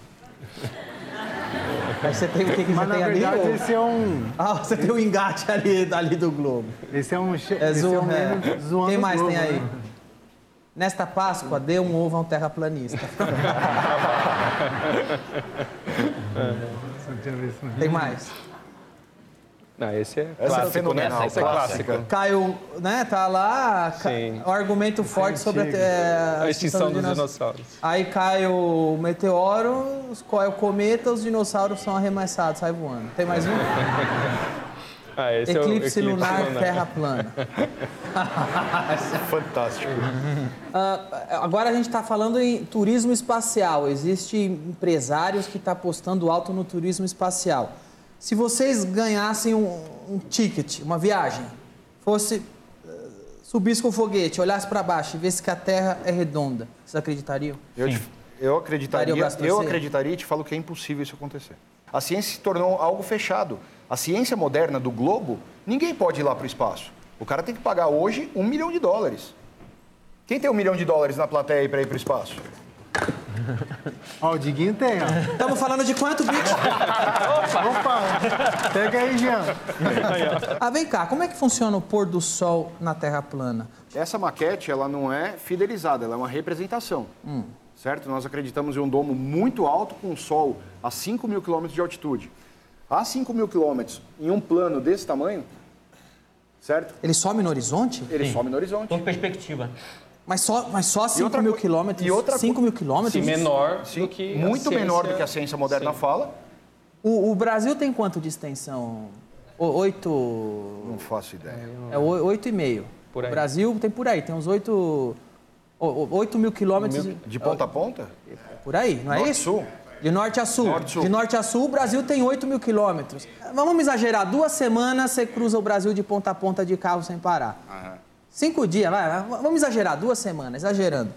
[SPEAKER 3] Mas você tem o que, que
[SPEAKER 21] Mas,
[SPEAKER 3] você
[SPEAKER 21] na
[SPEAKER 3] tem ali?
[SPEAKER 21] verdade,
[SPEAKER 3] ou-
[SPEAKER 21] esse é um...
[SPEAKER 3] Ah, você tem o engate ali, ali do Globo.
[SPEAKER 21] Esse é um... che-
[SPEAKER 3] É,
[SPEAKER 21] esse
[SPEAKER 3] zoom,
[SPEAKER 21] é um
[SPEAKER 3] é.
[SPEAKER 21] meme zoando
[SPEAKER 3] Quem
[SPEAKER 21] o
[SPEAKER 3] mais
[SPEAKER 21] Globo,
[SPEAKER 3] tem aí?
[SPEAKER 21] né?
[SPEAKER 3] Nesta Páscoa, dê um ovo a um terraplanista.
[SPEAKER 16] É.
[SPEAKER 21] Não tinha visto, não.
[SPEAKER 3] tem mais?
[SPEAKER 16] Não, esse é
[SPEAKER 3] Essa é
[SPEAKER 16] clássico, né?
[SPEAKER 3] fenomenal,
[SPEAKER 16] Esse é
[SPEAKER 3] clássica.
[SPEAKER 16] clássico.
[SPEAKER 3] Caio, né, tá lá, ca-
[SPEAKER 16] Sim.
[SPEAKER 3] o argumento forte sobre a, é,
[SPEAKER 16] A extinção dos
[SPEAKER 3] dinossau-
[SPEAKER 16] dinossauros.
[SPEAKER 3] Aí cai o meteoro, os- cai o cometa, os dinossauros são arremessados, sai voando. Tem mais um?
[SPEAKER 16] Ah, esse é o
[SPEAKER 3] eclipse, lunar, terra plana.
[SPEAKER 17] Fantástico.
[SPEAKER 3] Ah, agora a gente está falando em turismo espacial. Existem empresários que estão apostando alto no turismo espacial. Se vocês ganhassem um, um ticket, uma viagem, fosse eh, subisse com o foguete, olhasse para baixo e visse que a Terra é redonda, vocês acreditariam?
[SPEAKER 17] Eu, te- eu acreditaria,
[SPEAKER 3] Daria o braço pra
[SPEAKER 17] eu
[SPEAKER 3] você?
[SPEAKER 17] acreditaria e te falo que é impossível isso acontecer. A ciência se tornou algo fechado. A ciência moderna do globo, ninguém pode ir lá para o espaço. O cara tem que pagar hoje um milhão de dólares. Quem tem um milhão de dólares na plateia aí para ir para o espaço?
[SPEAKER 21] Ó, o Diguinho tem, ó.
[SPEAKER 3] Estamos falando de quanto, bicho?
[SPEAKER 21] Opa! Pega aí, Jean.
[SPEAKER 3] ah, vem cá, como é que funciona o pôr do sol na Terra plana?
[SPEAKER 17] Essa maquete, ela não é fidelizada, ela é uma representação.
[SPEAKER 3] Hum.
[SPEAKER 17] Certo? Nós acreditamos em um domo muito alto com o sol a 5 mil quilômetros de altitude. A 5 mil quilômetros, em um plano desse tamanho, certo?
[SPEAKER 3] Ele some no horizonte?
[SPEAKER 17] Ele some no horizonte.
[SPEAKER 19] Por Então, perspectiva.
[SPEAKER 3] Mas só, mas só 5
[SPEAKER 17] outra
[SPEAKER 3] mil
[SPEAKER 17] coi-
[SPEAKER 3] quilômetros?
[SPEAKER 17] e outra
[SPEAKER 3] 5 mil quilômetros?
[SPEAKER 17] Sim, menor Sim, do
[SPEAKER 16] que
[SPEAKER 17] muito menor do que a ciência moderna fala.
[SPEAKER 3] O, o Brasil tem quanto de extensão? O, oito...
[SPEAKER 17] Não faço ideia.
[SPEAKER 3] É o- oito e meio.
[SPEAKER 17] Por aí.
[SPEAKER 3] O Brasil tem por aí, tem uns oito... o- o- Oito mil quilômetros...
[SPEAKER 17] Mil- De ponta a ponta?
[SPEAKER 3] Por aí, não é
[SPEAKER 17] Norte,
[SPEAKER 3] isso?
[SPEAKER 17] sul.
[SPEAKER 3] De norte a sul.
[SPEAKER 17] Norte, sul.
[SPEAKER 3] De norte a sul, o Brasil tem 8 mil quilômetros. Vamos exagerar, duas semanas você cruza o Brasil de ponta a ponta de carro sem parar. Cinco dias, vai, vai, vamos exagerar, duas semanas, exagerando.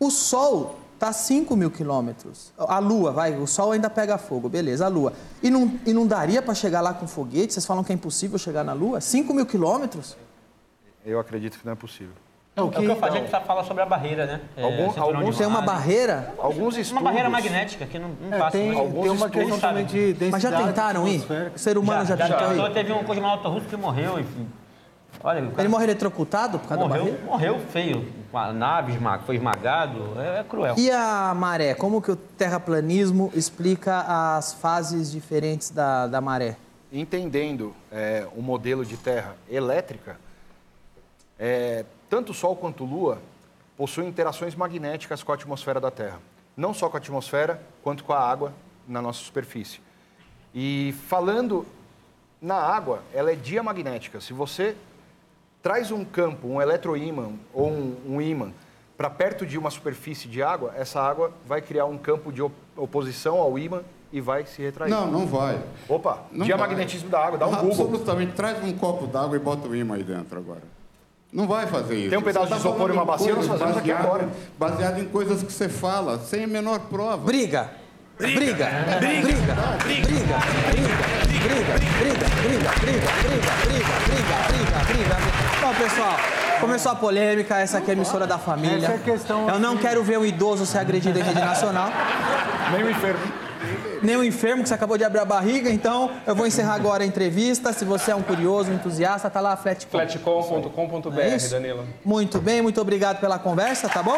[SPEAKER 3] O Sol está a 5 mil quilômetros. A Lua, vai, o Sol ainda pega fogo, beleza, a Lua. E não, e não daria para chegar lá com foguete? Vocês falam que é impossível chegar na Lua? 5 mil quilômetros?
[SPEAKER 17] Eu acredito que não é possível.
[SPEAKER 19] É o que eu falei, a gente só fala sobre a barreira, né? É,
[SPEAKER 17] Algum-
[SPEAKER 19] cinturão de
[SPEAKER 17] alguns-
[SPEAKER 3] Tem uma
[SPEAKER 19] Marte.
[SPEAKER 3] barreira?
[SPEAKER 17] Alguns
[SPEAKER 19] Uma barreira magnética que não, não
[SPEAKER 3] É,
[SPEAKER 19] passa.
[SPEAKER 3] tem-
[SPEAKER 19] mais.
[SPEAKER 3] tem uma
[SPEAKER 19] Alguns
[SPEAKER 3] questão
[SPEAKER 19] estudos,
[SPEAKER 3] também de densidade Mas já tentaram ir? atmosférica. O ser humano já tentou ir?
[SPEAKER 19] tentou, Teve um cosmonauta russo que morreu, enfim. Olha, o cara
[SPEAKER 3] Ele morre eletrocutado por causa da
[SPEAKER 19] morreu,
[SPEAKER 3] barreira?
[SPEAKER 19] morreu feio. Com a nave esma- foi esmagado. É, é cruel.
[SPEAKER 3] E a maré? Como que o terraplanismo explica as fases diferentes da, da maré?
[SPEAKER 17] entendendo é, o modelo de terra elétrica, é, tanto Sol quanto Lua possuem interações magnéticas com a atmosfera da Terra. Não só com a atmosfera, quanto com a água na nossa superfície. E falando na água, ela é diamagnética. Se você traz um campo, um eletroímã ou um, um ímã para perto de uma superfície de água, essa água vai criar um campo de op- oposição ao ímã e vai se retrair.
[SPEAKER 9] Não, não vai.
[SPEAKER 17] Opa,
[SPEAKER 9] Não né?
[SPEAKER 17] diamagnetismo da água, dá um Google.
[SPEAKER 9] Absolutamente. Traz um copo d'água e bota o ímã aí dentro agora. Não vai fazer isso.
[SPEAKER 17] Tem um pedaço
[SPEAKER 9] Você tá
[SPEAKER 17] de isopor
[SPEAKER 9] falando
[SPEAKER 17] e uma
[SPEAKER 9] em
[SPEAKER 17] bacia, nós
[SPEAKER 9] coisas
[SPEAKER 17] fazemos aqui
[SPEAKER 9] baseado-
[SPEAKER 17] agora.
[SPEAKER 9] Baseado em coisas que você fala, sem a menor prova.
[SPEAKER 3] Briga! Briga! Briga!
[SPEAKER 9] Briga!
[SPEAKER 3] Briga! Briga! Briga! Briga! Briga! Briga! Briga! Briga! Briga! Briga! Briga! Briga! Bom, pessoal, começou a polêmica. Essa aqui é a emissora da família.
[SPEAKER 21] Essa é a questão
[SPEAKER 3] Eu não quero ver um idoso ser agredido em rede nacional.
[SPEAKER 17] Nem
[SPEAKER 21] um
[SPEAKER 17] o enfermo.
[SPEAKER 3] Nem o enfermo, que você acabou de abrir a barriga. Então, eu vou encerrar agora a entrevista. Se você é um curioso, um entusiasta, tá lá, Flatcom.
[SPEAKER 16] Flatcom.com.br,
[SPEAKER 3] É isso?
[SPEAKER 16] Danilo.
[SPEAKER 3] Muito bem, muito obrigado pela conversa, tá bom?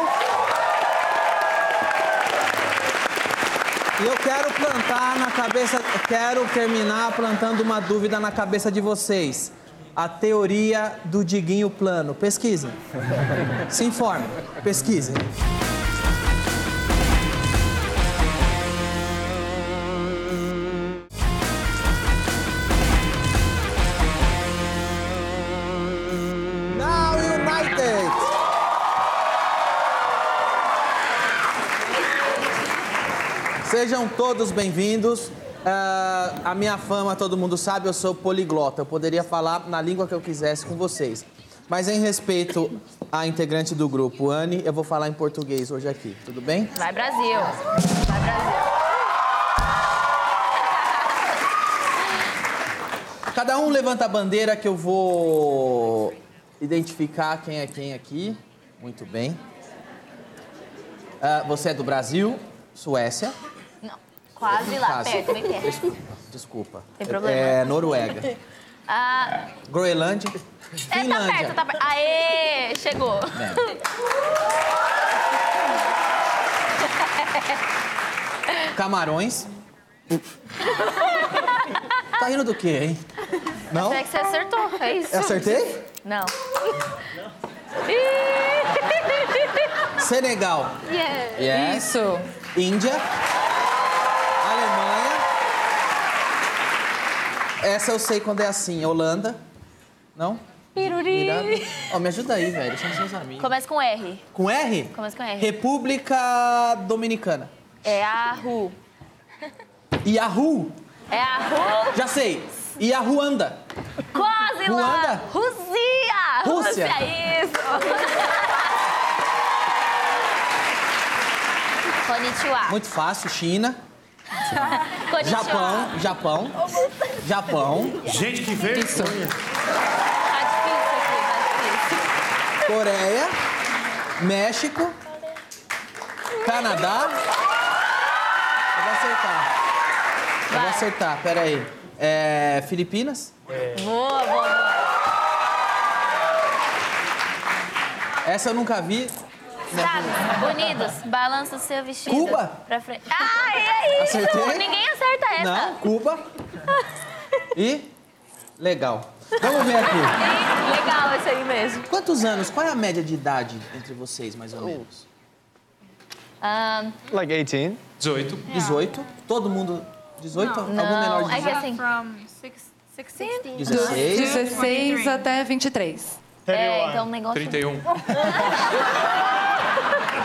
[SPEAKER 3] E eu quero plantar na cabeça, quero terminar plantando uma dúvida na cabeça de vocês. A teoria do Diguinho Plano. Pesquisem. Se informe. Pesquisem. Now United! Sejam todos bem-vindos. Ah, a minha fama, todo mundo sabe, eu sou poliglota. Eu poderia falar na língua que eu quisesse com vocês. Mas em respeito à integrante do grupo, Anne, eu vou falar em português hoje aqui, tudo bem?
[SPEAKER 22] Vai, Brasil. Vai, Brasil.
[SPEAKER 3] Cada um um levanta a bandeira que eu vou identificar quem é quem aqui. Muito bem. Ah, você é do Brasil, Suécia.
[SPEAKER 22] Não, quase lá,
[SPEAKER 3] Quase.
[SPEAKER 22] perto, bem perto.
[SPEAKER 3] Desculpa. Desculpa.
[SPEAKER 22] é? Tem problema.
[SPEAKER 3] É Noruega.
[SPEAKER 22] Ah,
[SPEAKER 3] Groenlândia.
[SPEAKER 22] é, tá
[SPEAKER 3] Finlândia.
[SPEAKER 22] perto, tá perto. Aê, chegou.
[SPEAKER 3] Camarões. Tá rindo do quê, hein? Não?
[SPEAKER 22] Até que você acertou, é isso.
[SPEAKER 3] Eu acertei?
[SPEAKER 22] Não.
[SPEAKER 3] Senegal.
[SPEAKER 22] Yeah.
[SPEAKER 3] Yes.
[SPEAKER 22] Isso.
[SPEAKER 3] Índia. Alemanha. Essa eu sei quando é assim. Holanda. Não?
[SPEAKER 22] Piruri.
[SPEAKER 3] Irada. Ó, me ajuda aí, velho. São seus amigos.
[SPEAKER 22] Começa com R.
[SPEAKER 3] Com R?
[SPEAKER 22] Começa é? com R.
[SPEAKER 3] República Dominicana.
[SPEAKER 22] É a Ru.
[SPEAKER 3] Yahoo.
[SPEAKER 22] É a Ru.
[SPEAKER 3] Já sei. E a Ruanda.
[SPEAKER 22] Quase lá.
[SPEAKER 3] Ruanda?
[SPEAKER 22] Rússia.
[SPEAKER 3] Rússia.
[SPEAKER 22] isso. Konnichiwa.
[SPEAKER 3] Muito fácil. China.
[SPEAKER 22] Konnichiwa.
[SPEAKER 3] Japão. Japão. Japão. Gente, que vergonha.
[SPEAKER 22] Tá
[SPEAKER 3] Coreia. México. Canadá. Eu vou acertar. Eu vou acertar, peraí. É, Filipinas?
[SPEAKER 22] É. Boa, boa, boa.
[SPEAKER 3] Essa eu nunca vi.
[SPEAKER 22] Sabe, unidos, balança o seu vestido.
[SPEAKER 3] Cuba?
[SPEAKER 22] Pra frente. Ah, é isso!
[SPEAKER 3] Acertei?
[SPEAKER 22] Ninguém acerta essa.
[SPEAKER 3] Não, Cuba. E. Legal. Vamos ver aqui.
[SPEAKER 22] Legal esse aí mesmo.
[SPEAKER 3] Quantos anos? Qual é a média de idade entre vocês, mais ou menos?
[SPEAKER 22] Ah,
[SPEAKER 3] Like 18. 18. 18. Todo mundo. 18? Algum menor de
[SPEAKER 22] é que
[SPEAKER 3] 18?
[SPEAKER 22] assim...
[SPEAKER 1] From six, 16?
[SPEAKER 3] 16.
[SPEAKER 1] 16 até 23.
[SPEAKER 5] um
[SPEAKER 22] É, então o negócio...
[SPEAKER 1] 31.
[SPEAKER 22] É,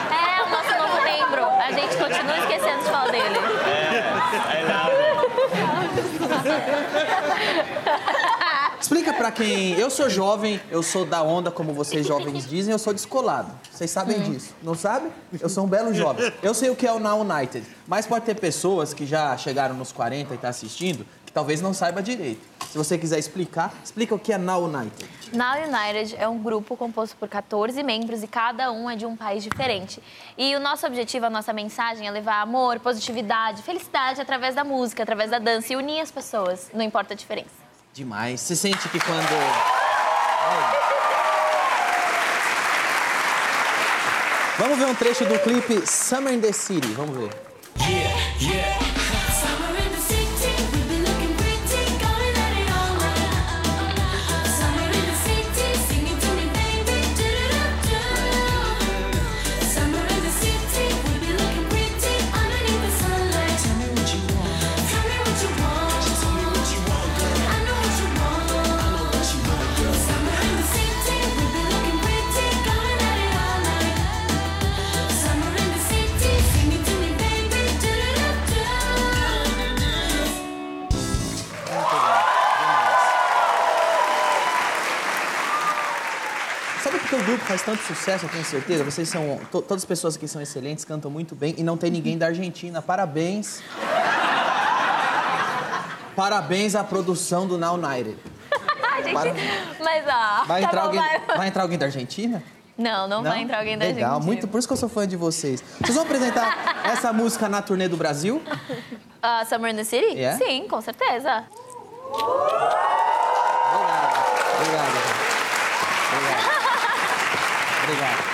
[SPEAKER 22] o nosso novo membro. A gente continua esquecendo de falar dele.
[SPEAKER 16] É,
[SPEAKER 3] Explica pra quem. Eu sou jovem, eu sou da onda, como vocês jovens dizem, eu sou descolado. Vocês sabem disso. Não sabe? Eu sou um belo jovem. Eu sei o que é o Na United. Mas pode ter pessoas que já chegaram nos 40 e tá assistindo que talvez não saiba direito. Se você quiser explicar, explica o que é Na United.
[SPEAKER 22] Now United é um grupo composto por 14 membros e cada um é de um país diferente. E o nosso objetivo, a nossa mensagem é levar amor, positividade, felicidade através da música, através da dança e unir as pessoas, não importa a diferença.
[SPEAKER 3] Demais. Você sente que quando. Vamos ver um trecho do clipe Summer in the City. Vamos ver. Sabe por que o grupo faz tanto sucesso, eu tenho certeza? Vocês são. to- todas as pessoas aqui são excelentes, cantam muito bem e não tem ninguém da Argentina. Parabéns. Parabéns à produção do Now United.
[SPEAKER 22] Ai, gente,
[SPEAKER 3] Para-
[SPEAKER 22] mas ó,
[SPEAKER 3] Vai,
[SPEAKER 22] tá
[SPEAKER 3] entrar,
[SPEAKER 22] bom,
[SPEAKER 3] alguém,
[SPEAKER 22] vai.
[SPEAKER 3] vai entrar alguém da Argentina?
[SPEAKER 22] Não, não, vai entrar alguém da
[SPEAKER 3] Legal,
[SPEAKER 22] gente.
[SPEAKER 3] muito. Por isso que eu sou fã de vocês. Vocês vão apresentar essa música na turnê do Brasil?
[SPEAKER 22] Ah, Summer in the City?
[SPEAKER 3] É?
[SPEAKER 22] Sim, com certeza.
[SPEAKER 3] Obrigado. Obrigado. Obrigado.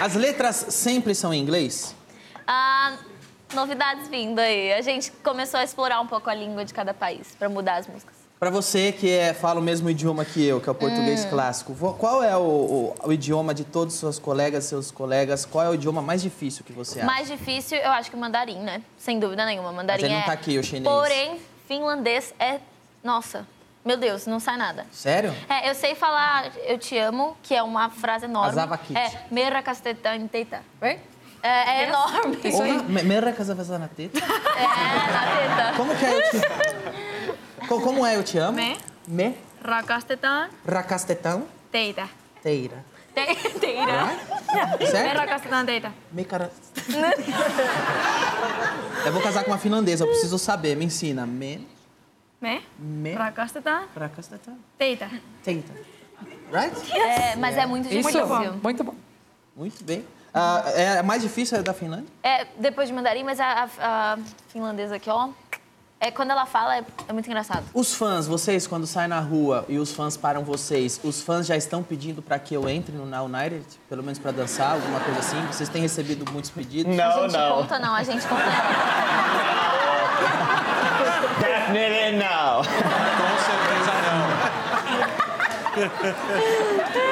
[SPEAKER 3] As letras sempre são em inglês?
[SPEAKER 22] Ah, novidades vindo aí. A gente começou a explorar um pouco a língua de cada país pra mudar as músicas.
[SPEAKER 3] Pra você que é, fala o mesmo idioma que eu, que é o português
[SPEAKER 22] Hum.
[SPEAKER 3] clássico, vo- qual é o, o- o idioma de todos os seus colegas, seus colegas? Qual é o idioma mais difícil que você acha?
[SPEAKER 22] Mais difícil, eu acho que mandarim, né? Sem dúvida nenhuma. Mandarim
[SPEAKER 3] Mas ele não
[SPEAKER 22] é-
[SPEAKER 3] tá aqui, o chinês.
[SPEAKER 22] Porém, finlandês é... Nossa, meu Deus, não sai nada.
[SPEAKER 3] Sério?
[SPEAKER 22] É, eu sei falar eu te amo, que é uma frase enorme.
[SPEAKER 3] Azavakit.
[SPEAKER 22] É, mera castetan teita, right? É, é
[SPEAKER 3] Yes.
[SPEAKER 22] enorme.
[SPEAKER 3] Ou- me- Merra casa na teta?
[SPEAKER 22] Como
[SPEAKER 3] que é eu te... Co- Como é eu te amo?
[SPEAKER 1] Me.
[SPEAKER 3] Me.
[SPEAKER 1] Rakastetaan
[SPEAKER 3] Racastetão.
[SPEAKER 1] teitä.
[SPEAKER 3] Teira.
[SPEAKER 1] Te- Teitä.
[SPEAKER 3] Certo?
[SPEAKER 1] Me rakastetaan teitä.
[SPEAKER 3] Me cara...
[SPEAKER 22] Né?
[SPEAKER 3] Eu vou casar com uma finlandesa, eu preciso saber. Me ensina. Me.
[SPEAKER 1] Me?
[SPEAKER 11] Me.
[SPEAKER 1] Pra costa tá?
[SPEAKER 11] Pra cá está tá.
[SPEAKER 1] Deita.
[SPEAKER 11] Tenta. Right?
[SPEAKER 22] É, mas é muito
[SPEAKER 11] Isso.
[SPEAKER 22] difícil.
[SPEAKER 11] Muito bom,
[SPEAKER 1] Muito bom.
[SPEAKER 3] Muito bem. Ah, é a mais difícil é da Finlândia?
[SPEAKER 22] É, depois de mandarim, mas a, a- a finlandesa aqui, ó. É, quando ela fala, é, é muito engraçado.
[SPEAKER 11] Os fãs, vocês quando saem na rua e os fãs param vocês, os fãs já estão pedindo pra que eu entre no Na United? Pelo menos pra dançar, alguma coisa assim? Vocês têm recebido muitos pedidos?
[SPEAKER 22] a gente conta, não, a gente conta.
[SPEAKER 12] Definitely não. Com certeza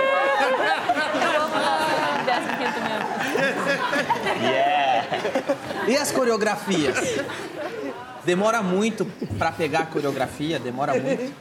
[SPEAKER 22] Eu amo a dessa aqui também.
[SPEAKER 3] E as coreografias? Demora muito pra pegar a coreografia? Demora muito?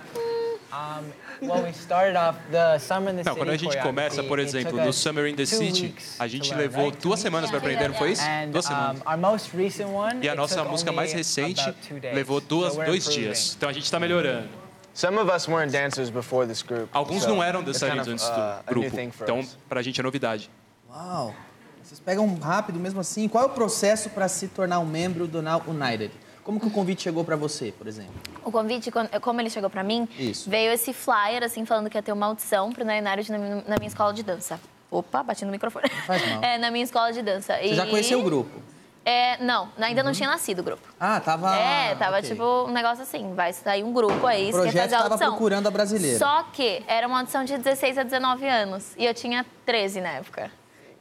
[SPEAKER 11] Um,
[SPEAKER 23] Well, we started off the Summer in the
[SPEAKER 20] Não,
[SPEAKER 23] City
[SPEAKER 20] quando a gente começa,
[SPEAKER 23] choreography,
[SPEAKER 20] por
[SPEAKER 23] it
[SPEAKER 20] exemplo,
[SPEAKER 23] took
[SPEAKER 20] no
[SPEAKER 23] us
[SPEAKER 20] Summer in the
[SPEAKER 23] two
[SPEAKER 20] City,
[SPEAKER 23] weeks
[SPEAKER 20] a
[SPEAKER 23] to
[SPEAKER 20] gente
[SPEAKER 23] learn,
[SPEAKER 20] levou
[SPEAKER 23] right?
[SPEAKER 20] duas semanas pra aprender, não foi isso?
[SPEAKER 23] And,
[SPEAKER 20] Duas semanas.
[SPEAKER 23] um, our most recent one,
[SPEAKER 20] E a
[SPEAKER 23] it
[SPEAKER 20] nossa
[SPEAKER 23] took
[SPEAKER 20] música
[SPEAKER 23] only
[SPEAKER 20] mais recente
[SPEAKER 23] tá about two days.
[SPEAKER 20] levou
[SPEAKER 23] So
[SPEAKER 20] duas,
[SPEAKER 9] é
[SPEAKER 23] we're
[SPEAKER 20] dois
[SPEAKER 23] improving.
[SPEAKER 20] dias. Então a gente tá melhorando.
[SPEAKER 24] Some of us weren't dancers before this group.
[SPEAKER 20] Alguns
[SPEAKER 24] so
[SPEAKER 20] não eram
[SPEAKER 24] it's kind
[SPEAKER 20] dançarinos
[SPEAKER 24] of,
[SPEAKER 20] antes
[SPEAKER 24] uh,
[SPEAKER 20] do
[SPEAKER 24] a new
[SPEAKER 20] grupo.
[SPEAKER 24] thing for
[SPEAKER 20] Então,
[SPEAKER 24] us.
[SPEAKER 20] pra gente é novidade.
[SPEAKER 11] Uau!
[SPEAKER 3] Vocês pegam rápido mesmo assim? Qual é o processo pra se tornar um membro do Now United? Como que o convite chegou pra você, por exemplo?
[SPEAKER 22] O convite, quando- como ele chegou pra mim,
[SPEAKER 3] Isso.
[SPEAKER 22] veio esse flyer, assim, falando que ia ter uma audição pro Nainário na, minha- na minha escola de dança. Opa, bati no microfone.
[SPEAKER 3] faz mal.
[SPEAKER 22] É, na minha escola de dança.
[SPEAKER 3] Você já conheceu o grupo? Uhum.
[SPEAKER 22] É, não, ainda não tinha nascido o grupo.
[SPEAKER 3] Ah, tava.
[SPEAKER 22] é, tava
[SPEAKER 3] ok.
[SPEAKER 22] tipo um negócio assim, vai sair um grupo aí,
[SPEAKER 3] O
[SPEAKER 22] você quer
[SPEAKER 3] projeto
[SPEAKER 22] fazer a
[SPEAKER 3] tava
[SPEAKER 22] audição.
[SPEAKER 3] procurando a brasileira.
[SPEAKER 22] Só que era uma audição de 16 a 19 anos e eu tinha 13 na época.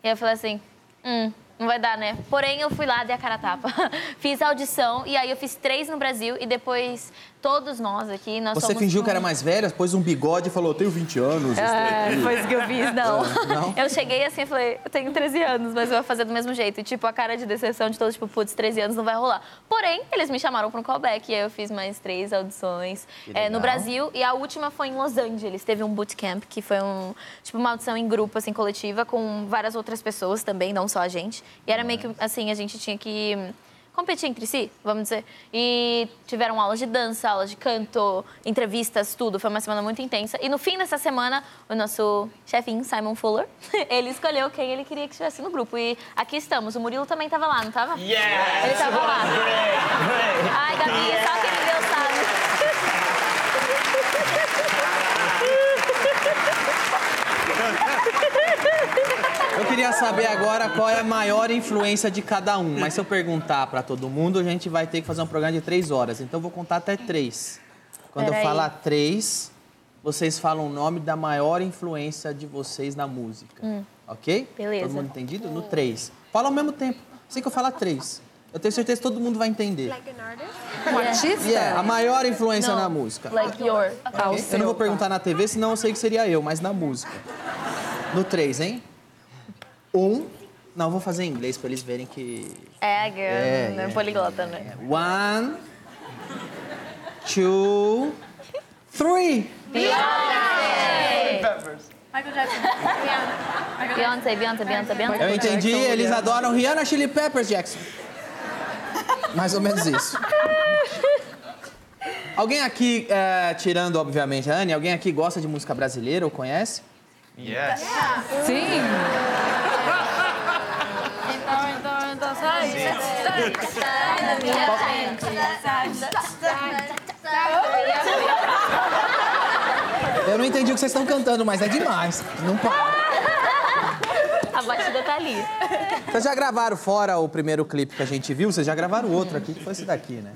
[SPEAKER 22] E eu falei assim, hum, não vai dar, né? Porém, eu fui lá, dei a cara a tapa. fiz a audição e aí eu fiz três no Brasil e depois todos nós aqui, nós
[SPEAKER 3] Você
[SPEAKER 22] somos
[SPEAKER 3] fingiu
[SPEAKER 22] um-
[SPEAKER 3] que era mais velha, pôs um bigode e falou: Eu tenho 20 anos. estou
[SPEAKER 22] ah,
[SPEAKER 3] aqui."
[SPEAKER 22] foi isso que eu fiz, não.
[SPEAKER 3] É, não?
[SPEAKER 22] Eu cheguei assim e falei, eu tenho 13 anos, mas eu vou fazer do mesmo jeito. E tipo, a cara de decepção de todos, tipo, putz, 13 anos não vai rolar. Porém, eles me chamaram para um callback e aí eu fiz mais três audições
[SPEAKER 25] Que
[SPEAKER 22] eh, no
[SPEAKER 25] legal.
[SPEAKER 22] Brasil. E a última foi em Los Angeles. Teve um bootcamp, que foi um tipo uma audição em grupo, assim, coletiva, com várias outras pessoas também, não só a gente. E era meio que assim, a gente tinha que competir entre si, vamos dizer. E tiveram aulas de dança, aulas de canto, entrevistas, tudo. Foi uma semana muito intensa. E no fim dessa semana, o nosso chefinho, Simon Fuller, ele escolheu quem ele queria que estivesse no grupo. E aqui estamos. O Murilo também estava lá, não estava?
[SPEAKER 12] Yes!
[SPEAKER 22] Ele estava lá. Ai, Gabi, só quem me deu
[SPEAKER 3] Eu queria saber agora qual é a maior influência de cada um. Mas se eu perguntar pra todo mundo, a gente vai ter que fazer um programa de três horas. Então eu vou contar até três. Quando eu
[SPEAKER 11] Peraí.
[SPEAKER 3] falar três, vocês falam o nome da maior influência de vocês na música. Ok?
[SPEAKER 11] Beleza.
[SPEAKER 3] Todo mundo entendido? No três. Fala ao mesmo tempo. Assim que eu falar três. Eu tenho certeza que todo mundo vai entender.
[SPEAKER 22] Um artista?
[SPEAKER 3] Yeah, a maior influência
[SPEAKER 22] Não,
[SPEAKER 3] na música.
[SPEAKER 22] Like your.
[SPEAKER 3] Ok? Eu não vou perguntar na TV, senão eu sei que seria eu, mas na música. No 3, hein? Um. Não, eu vou fazer em inglês pra eles verem que.
[SPEAKER 22] É, girl,
[SPEAKER 3] É,
[SPEAKER 22] né?
[SPEAKER 3] é,
[SPEAKER 22] poliglota, né?
[SPEAKER 3] One. Two. Three.
[SPEAKER 1] Michael Jackson. Rihanna.
[SPEAKER 22] Beyoncé, Beyoncé, Beyoncé, Beyoncé.
[SPEAKER 3] Eu entendi, eles
[SPEAKER 22] Rihanna.
[SPEAKER 3] adoram Rihanna Chili Peppers, Jackson. Mais ou menos isso. Alguém aqui, é, tirando, obviamente, a Anne, alguém aqui gosta de música brasileira ou conhece?
[SPEAKER 17] Yes.
[SPEAKER 1] Sim. Então, então, então, sai. Sai, sai da minha frente. Sai, sai,
[SPEAKER 3] Eu não entendi o que vocês estão cantando, mas é demais. Não para.
[SPEAKER 22] A batida tá ali.
[SPEAKER 3] Vocês já gravaram fora o primeiro clipe que a gente viu, vocês já gravaram outro aqui, que foi esse daqui, né?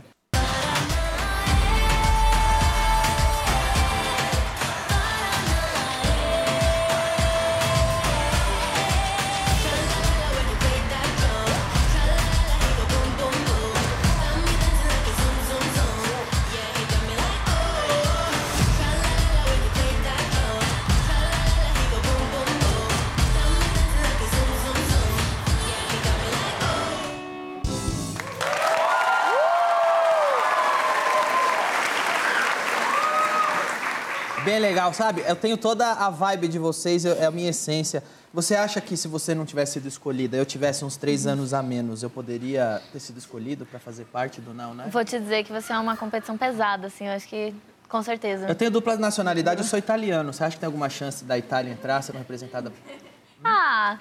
[SPEAKER 3] Bem legal, sabe? Eu tenho toda a vibe de vocês, eu- é a minha essência. Você acha que se você não tivesse sido escolhida, eu tivesse uns três anos a menos, eu poderia ter sido escolhido pra fazer parte do Now, né?
[SPEAKER 22] Vou te dizer que você é uma competição pesada, assim, eu acho que com certeza.
[SPEAKER 3] Eu tenho dupla nacionalidade, eu sou italiano. Você acha que tem alguma chance da Itália entrar, ser representada?
[SPEAKER 22] Ah,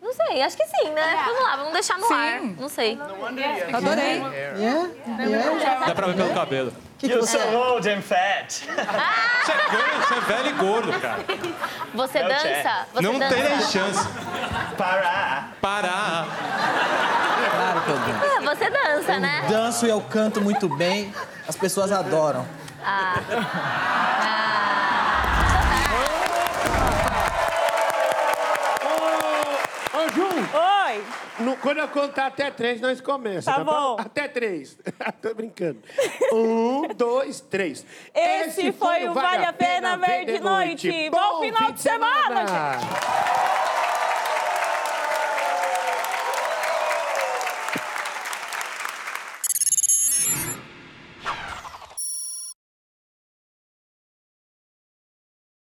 [SPEAKER 22] não sei, acho que sim, né? Vamos lá, vamos deixar no ar. Não sei.
[SPEAKER 12] é.
[SPEAKER 1] Adorei.
[SPEAKER 3] Yeah? Yeah?
[SPEAKER 22] Yeah.
[SPEAKER 20] Dá pra ver pelo cabelo.
[SPEAKER 3] É? que
[SPEAKER 7] you
[SPEAKER 3] você- é?
[SPEAKER 7] so old and fat.
[SPEAKER 12] Você é gordo, você é velho e gordo, cara.
[SPEAKER 22] Você
[SPEAKER 12] Não,
[SPEAKER 22] dança?
[SPEAKER 12] Tchê.
[SPEAKER 22] Você
[SPEAKER 12] não
[SPEAKER 22] dança?
[SPEAKER 12] tem nem chance.
[SPEAKER 7] Parar.
[SPEAKER 12] Parar.
[SPEAKER 3] Claro que eu danço.
[SPEAKER 22] Ah, você dança, né?
[SPEAKER 3] Danço e eu canto muito bem. As pessoas adoram.
[SPEAKER 22] Ah.
[SPEAKER 1] Ô, ô, Ju!
[SPEAKER 2] Oi!
[SPEAKER 1] quando eu contar até três, nós começamos.
[SPEAKER 2] Tá bom.
[SPEAKER 1] Até três. Tô brincando. Um, dois, três.
[SPEAKER 2] Esse foi o Vale a Pena Ver de Noite. Bom final de semana, gente!
[SPEAKER 1] gente!